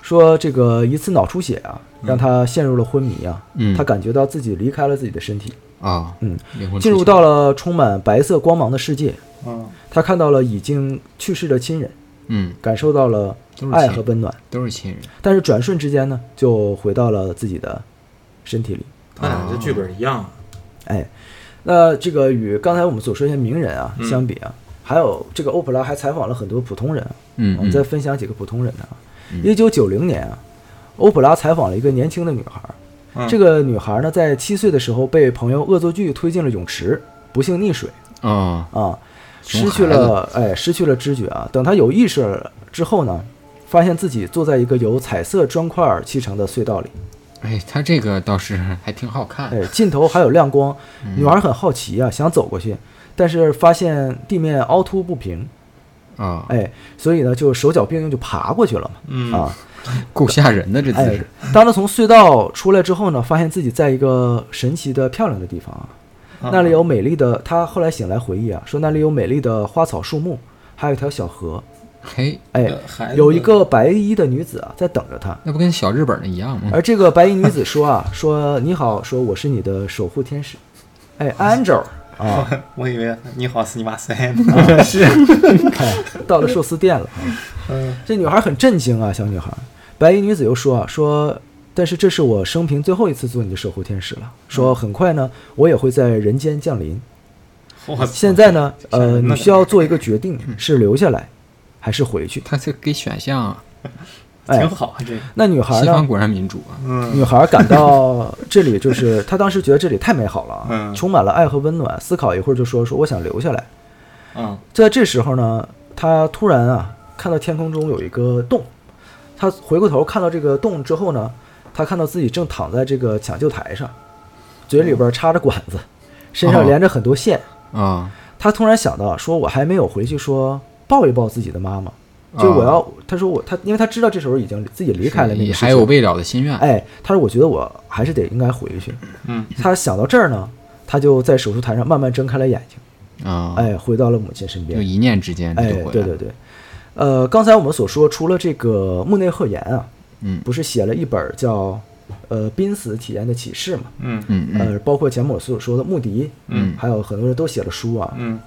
A: 说这个一次脑出血啊，让他陷入了昏迷啊，
D: 嗯
A: 他感觉到自己离开了自己的身体，
D: 啊，
A: 嗯，
D: 灵魂
A: 进
D: 出
A: 入
D: 窍
A: 到了充满白色光芒的世界，
E: 嗯，
A: 他看到了已经去世的亲人，
D: 嗯，
A: 感受到了
D: 都是
A: 爱
D: 亲
A: 和温暖，
D: 都是亲人，
A: 但是转瞬之间呢，就回到了自己的身体里，
E: 他俩这剧本一样。啊
A: 哎，那这个与刚才我们所说一些名人啊
D: 嗯
A: 相比啊，还有这个欧普拉还采访了很多普通人啊，
D: 嗯
A: 我们再分享几个普通人的啊。一九九零年啊，欧普拉采访了一个年轻的女孩儿，
D: 嗯
A: 这个女孩儿呢在七岁的时候被朋友恶作剧推进了泳池，不幸溺水
D: 啊，
A: 啊，失
D: 熊
A: 去
D: 孩子
A: 了哎失去了知觉啊。等她有意识之后呢，发现自己坐在一个由彩色砖块儿砌成的隧道里，
D: 哎，他这个倒是还挺好看，
A: 哎，尽头还有亮光。女孩很好奇啊，想走过去，但是发现地面凹凸不平，
D: 啊，
A: 哎，所以呢就手脚并用就爬过去了嘛。
E: 嗯
A: 啊，
D: 够吓人的这姿
A: 哎
D: 势，，
A: 当他从隧道出来之后呢，发现自己在一个神奇的漂亮的地方啊，那里有美丽的。他后来醒来回忆啊，说那里有美丽的花草树木，还有一条小河。
D: 嘿，
A: 哎
E: 呃，孩子
A: 有一个白衣的女子啊在等着他。
D: 那不跟小日本的一样吗？
A: 而这个白衣女子说啊，说你好，说我是你的守护天使，哎，Angel 啊，
E: 我以为你好，是你哇塞呢。
A: 到了寿司店了。嗯，这女孩很震惊啊，小女孩。白衣女子又说啊，说，但是这是我生平最后一次做你的守护天使了。说很快呢，我也会在人间降临。
E: 我
A: 现在呢，呃，你需要做一个决定，是留下来，还是回去？
D: 他这给选项啊，
A: 哎
E: 挺，好啊，这个
A: 那女孩
D: 西方
A: 呢？
D: 果然民主啊，
A: 女孩感到这里就是，她当时觉得这里太美好了啊，
E: 嗯
A: 充满了爱和温暖。思考一会儿就说说我想留下来。
E: 嗯
A: 在这时候呢，他突然啊看到天空中有一个洞，他回过头看到这个洞之后呢，他看到自己正躺在这个抢救台上，嘴里边插着管子，身
D: 哦
A: 上连着很多线。
D: 啊，
A: 他突然想到，说我还没有回去说抱一抱自己的妈妈，就是我要，他说我他，因为他知道这时候已经自己离开了那个
D: 哦是
A: 世
D: 还
A: 界
D: 有未啊了的心愿，
A: 哎，他说我觉得我还是得应该回去。
E: 嗯，
A: 他想到这儿呢，他就在手术台上慢慢睁开了眼睛，
D: 啊，
A: 哎，回到了母亲身边
D: 就。一念之间他
A: 哎
D: 就回来，了，
A: 对对对，呃，刚才我们所说，除了这个穆内赫言啊，
D: 嗯
A: 不是写了一本叫《呃濒死体验的启示嘛，
E: 嗯
D: 嗯嗯
A: 呃，包括前面我所说的穆迪，
D: 嗯
A: 还有很多人都写了书啊。
E: 嗯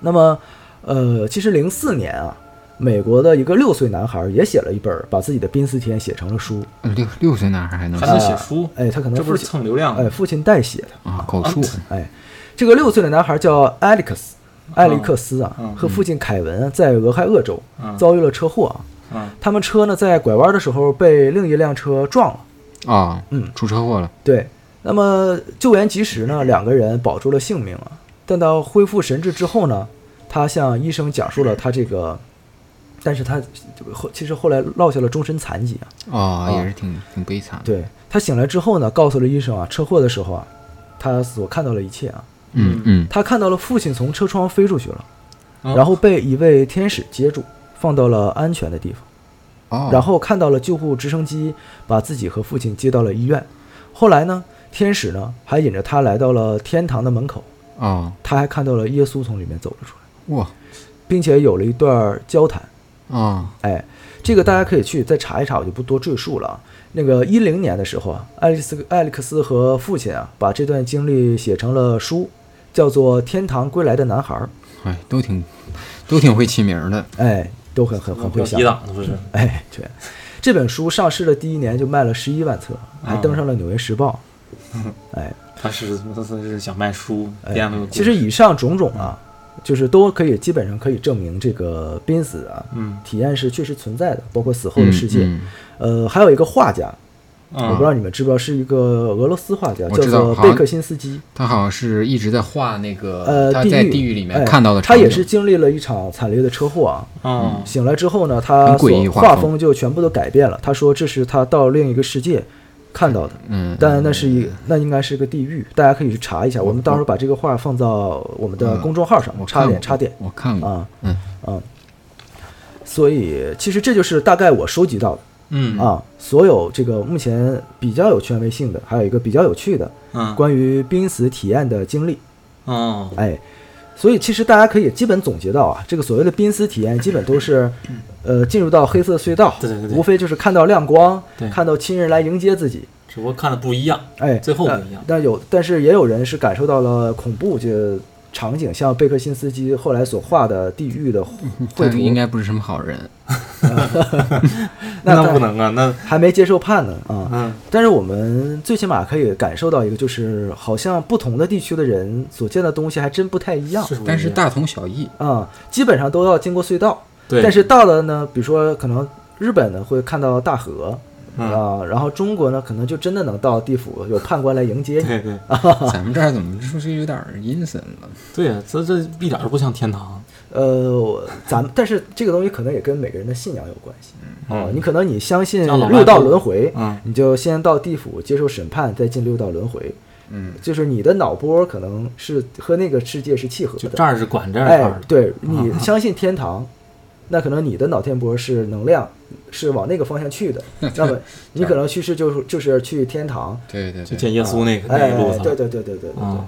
A: 那么，呃，其实零四年啊，美国的一个六岁男孩也写了一本，把自己的濒死体验写成了书。
D: 呃，六六岁男孩还能
E: 还
D: 说
E: 能写书，
A: 哎，他可能
E: 这不
A: 父
E: 是
A: 亲，
E: 蹭流量
A: 哎，父亲代写的。
D: 啊，口述
A: 哎，这个六岁的男孩叫艾利克斯，艾利克斯啊，
E: 嗯
A: 和父亲凯文啊在俄亥俄州
E: 嗯
A: 遭遇了车祸啊。
E: 啊？
A: 他们车呢在拐弯的时候被另一辆车撞了。
D: 啊，
A: 嗯，
D: 出车祸了，
A: 对，那么救援及时呢，两个人保住了性命啊。但到恢复神智之后呢，他向医生讲述了他这个，但是他这个后其实后来落下了终身残疾啊。
D: 哦，也是挺挺悲惨的，
A: 对他醒来之后呢，告诉了医生啊，车祸的时候啊，他所看到的一切啊，
D: 嗯嗯
A: 他看到了父亲从车窗飞出去了，
E: 哦
A: 然后被一位天使接住，放到了安全的地方。
D: 哦，
A: 然后看到了救护直升机把自己和父亲接到了医院。后来呢，天使呢还引着他来到了天堂的门口，
D: 哦
A: 他还看到了耶稣从里面走了出来，
D: 哇
A: 并且有了一段交谈。
D: 哦
A: 哎，这个大家可以去再查一查，我就不多赘述了啊。那个一零年的时候啊，爱丽丝艾利克斯和父亲啊把这段经历写成了书，叫做《天堂归来的男孩》。
D: 哎，都挺都挺会起名儿的，
A: 哎，都很很很会想
E: 抵。挡的不是？
A: 哎，对，这本书上市的第一年就卖了十一万册，还登上了《纽约时报》
D: 嗯
A: 哎，
E: 他是他是想卖书，编了个故事
A: 其实以上种种啊，就是都可以基本上可以证明这个濒死啊，
E: 嗯
A: 体验是确实存在的，包括死后的世界。
D: 嗯
A: 呃，还有一个画家，我不知
E: 啊
A: 道你们知不知道，是一个俄罗斯画家，
D: 我
A: 叫
D: 知道
A: 做
D: 好像
A: 贝克辛斯基。
D: 他好像是一直在画那个，
A: 呃，
D: 他
A: 地
D: 在
A: 狱
D: 地狱里面
A: 哎
D: 看到的场
A: 他
D: 景，
A: 也是经历了一场惨烈的车祸啊，
E: 啊
A: 醒来之后呢，他
D: 很诡异
A: 所
D: 画风
A: 画风就全部都改变了。他说这是他到另一个世界看到的，
D: 嗯，
A: 但那是一那应该是个地狱，大家可以去查一下。我们到时候把这个画放到我们
E: 嗯
A: 的公众号上
D: 我，
A: 插
D: 看
A: 点
D: 过
A: 插点
D: 我看过，
A: 啊
D: 嗯
A: 啊。所以其实这就是大概我收集到的
E: 嗯
A: 啊，所有这个目前比较有权威性的，还有一个比较有趣的
E: 嗯
A: 关于濒死体验的经历。
E: 啊
A: 哎，所以其实大家可以基本总结到啊，这个所谓的濒死体验，基本都是，呃，进入到黑色隧道，
E: 嗯对对对对
A: 无非就是看到亮光
E: 对，
A: 看到亲人来迎接自己，
E: 只不过看的不一样，
A: 哎，
E: 最后不
A: 但
E: 一样
A: 但有，但是也有人是感受到了恐怖这场景，像贝克辛斯基后来所画的地狱的绘
D: 但
A: 图，
D: 嗯应该不是什么好人，
A: 那
E: 不能啊，那
A: 还没接受判呢啊。
E: 嗯
A: 但是我们最起码可以感受到一个，就是好像不同的地区的人所见的东西还真不太一样。
E: 是不一样
D: 但是大同小 异，
A: 啊、基本上都要经过隧道。
E: 对
A: 但是到了呢，比如说可能日本呢会看到大河。
E: 嗯
A: 啊、然后中国呢，可能就真的能到地府，有判官来迎接你。
E: 对对
D: 咱们这儿怎么说是有点儿阴森了？
E: 对啊，这这一点都不像天堂，
A: 呃，我 咱们但是这个东西可能也跟每个人的信仰有关系。哦、你可能你相信
E: 嗯像老
A: 六道
E: 外说
A: 轮回，
E: 嗯
A: 你就先到地府接受审判，再进六道轮回。
D: 嗯，
A: 就是你的脑波可能是和那个世界是契合
E: 就
A: 的。
E: 这儿是管这儿
A: 哎
E: 儿，，
A: 对你相信天 堂，那可能你的脑电波是能量，是往那个方向去 的。那么你可能去世就是就是去天堂，
D: 对对
E: 就
D: 对，
E: 见耶稣那个那
A: 哎，
E: 个路
A: 对
E: 上，
A: 对对对对对对
E: 啊。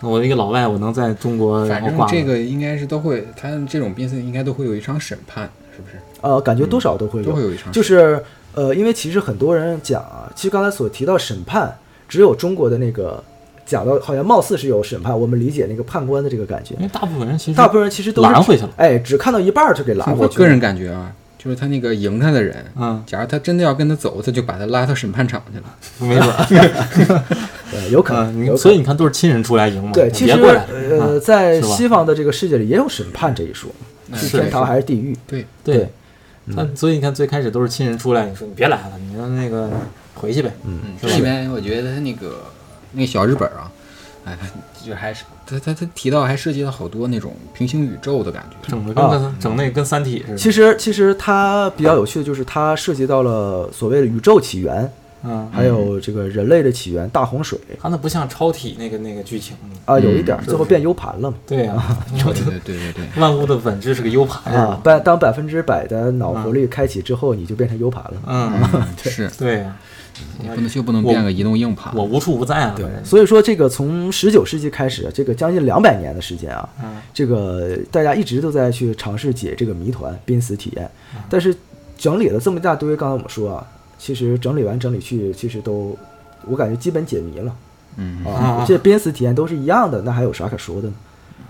E: 那我一个老外，我能在中国
D: 反
E: 然后
D: 正
E: 挂
D: 这
E: 了
D: 个应该是都会，他这种濒死应该都会有一场审判，是不是？
A: 呃，感觉多少都会
D: 都会
A: 有，
D: 有一场，
A: 就是呃，因为其实很多人讲啊，其实刚才所提到审判，只有中国的那个讲到好像貌似是有审判，我们理解那个判官的这个感觉
E: 因，为大部分人其实
A: 大部分人其实都是
E: 嗯拦回去了
A: 哎，只看到一半儿就给拦回
D: 我
A: 去了。
D: 个人感觉啊，就是他那个迎他的人，
A: 啊
E: 嗯
D: 假如他真的要跟他走，他就把他拉到审判场去了。
E: 没准 儿，
A: 呃有可能，
E: 嗯，
A: 有
E: 你
A: 可
E: 所以
A: 能
E: 你看都是亲人出来赢嘛，
A: 对，
E: 你
A: 其
E: 别
A: 实
E: 过来，
A: 呃，
E: 啊
A: 在
E: 是吧
A: 西方的这个世界里也有审判这一说，
D: 嗯
A: 是
D: 是
A: 天堂还是地狱？
D: 对，
E: 对，他所以你看最开始都是亲人出来，你说你别来了，你让那个回去呗，
D: 嗯，
E: 是
D: 这
E: 吧
D: 里面我觉得他那个那个小日本啊，哎，他就还是他他他提到还涉及到好多那种平行宇宙的感觉。
E: 整的跟
A: 啊
E: 跟整那跟三体似的，
A: 其实，其实它比较有趣的就是它涉及到了所谓的宇宙起源，
E: 嗯，
A: 还有这个人类的起源大洪水
E: 他那不像超体那个那个剧情，
A: 啊，有一点儿最后变 U 盘了嘛
E: 嗯对啊，
D: 对对对对对，
E: 万物的本质是个 U 盘是
A: 啊
E: 吧，？
A: 百当百分之百的脑活率开启之后，你就变成 U 盘了。啊
E: 嗯，
D: 嗯是，
E: 对啊，
D: 也不能就不能变个移动硬盘。
E: 我无处不在啊，对
A: 所以说，这个从十九世纪开始，这个将近两百年的时间啊，
E: 嗯
A: 这个大家一直都在去尝试解这个谜团濒死体验，啊但是整理了这么一大堆，刚才我们说啊，其实整理完整理去，其实都我感觉基本解谜了
D: 嗯，
A: 啊
E: 啊，
A: 这濒死体验都是一样的，那还有啥可说的呢？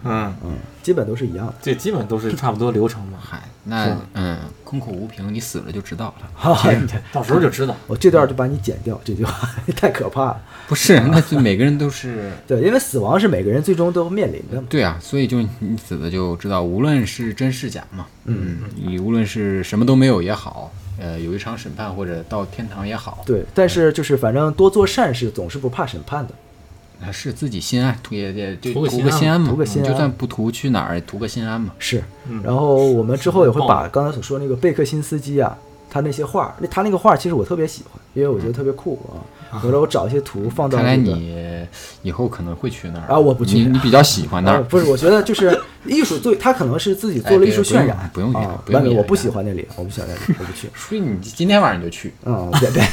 E: 嗯，
A: 嗯，基本都是一样的。
E: 这基本都是差不多流程嘛，
D: 嗨，哎那嗯，空口无凭，你死了就知道了。
A: 哈哈，你看
E: 到时候就知道。
A: 我这段就把你剪掉，这句话 太可怕了。
D: 不 是，那就每个人都是
A: 对，因为死亡是每个人最终都面临的嘛。
D: 对啊，所以就你死了就知道，无论是真是假嘛，嗯，你无论是什么都没有也好，呃，有一场审判或者到天堂也好，
A: 对，但是就是反正多做善事总是不怕审判的。
D: 啊，是自己心安，图也也就
E: 图个
D: 图
E: 心
D: 个
E: 安
D: 心安嘛，
A: 图个
D: 嗯
A: 心
D: 就
A: 安
D: 算不图去哪儿，图个心安嘛。
A: 是
E: 嗯，
A: 然后我们之后也会
E: 棒
A: 把刚才所说那个贝克辛斯基啊，他那些画，那他那个画其实我特别喜欢，因为我觉得特别酷
E: 嗯
A: 啊。回头我找一些图放到
D: 看
A: 那
D: 来
A: 个。
D: 你以后可能会去那儿
A: 啊我不去
D: 你你比较喜欢那
A: 啊
D: 儿，，
A: 不是，我觉得 就是艺术对他可能是自己做了艺术渲染，
D: 哎别不用不用
A: 啊
D: 不用
A: 没有
D: 不用
A: 我不喜欢那里，我不喜欢那里，我不 去。
D: 所以你今天晚上就去。
A: 嗯，别别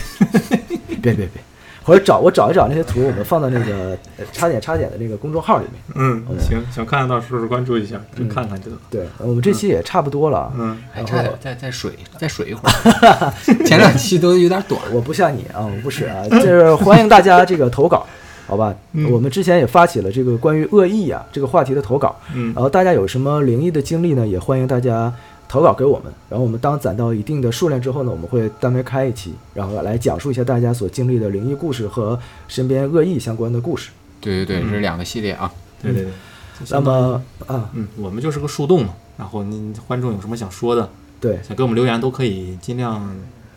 A: 别别别，回头找我找一找那些图，我们放到那个呃插点插点的那个公众号里面。
E: 嗯，行，想看到时候关注一下，就看看就。
A: 对，我们这期也差不多了啊。
E: 嗯，
D: 还差点再再水再水一会儿， 前两期都有点短。
A: 我不像你啊，我不是啊，就是欢迎大家这个投稿， 好吧？
D: 嗯
A: 我们之前也发起了这个关于恶意啊这个话题的投稿，
E: 嗯
A: 然后大家有什么灵异的经历呢，也欢迎大家投稿给我们。然后我们当攒到一定的数量之后呢，我们会单门开一期，然后来讲述一下大家所经历的灵异故事和身边恶意相关的故事。
D: 对对对，
A: 嗯
D: 这是两个系列啊。
E: 对对对。
A: 那么啊，
E: 嗯，我们就是个树洞嘛。然后您观众有什么想说的，
A: 对，
E: 想给我们留言都可以，尽量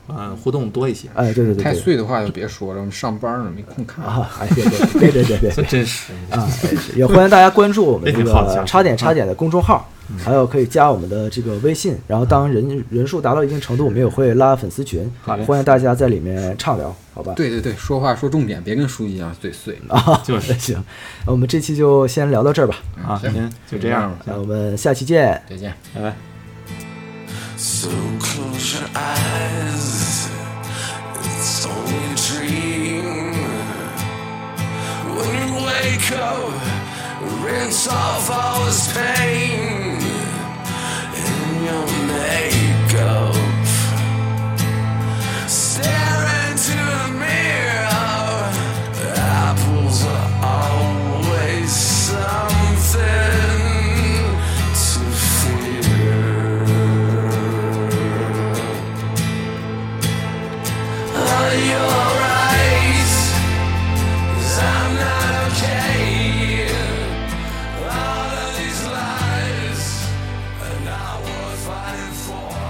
E: 呃互动多一些。
A: 哎，对对对
D: 太
A: 对，
D: 碎的话就别说了，我们上班呢没空看。
A: 啊，哎，别别别别别别，
E: 真真实，
A: 啊，也欢迎大家关注我们这
E: 这挺好的
A: 个
E: 想法
A: “
E: 嗯
A: 插点插点”的公众号，还有可以加我们的这个微信。然后当人人数达到一定程度，我们也会拉粉丝群，
E: 好嘞
A: 欢迎大家在里面畅聊，好吧？
D: 对对对，说话说重点，别跟书一样嘴碎。
A: 啊，
E: 就是
A: 行，那我们这期就先聊到这儿吧，
D: 嗯
E: 啊，
D: 行，
E: 行，就这样吧，
A: 那我们下期见。
D: 再见。
E: 拜拜。
B: So close your eyes, it's only a dream. When you wake up, rinse off all this pain in your makeup. Stare into the mirror, apples are always something to fear. Are you alright? 'Cause I'm not okay. All of these lies are not worth fighting for.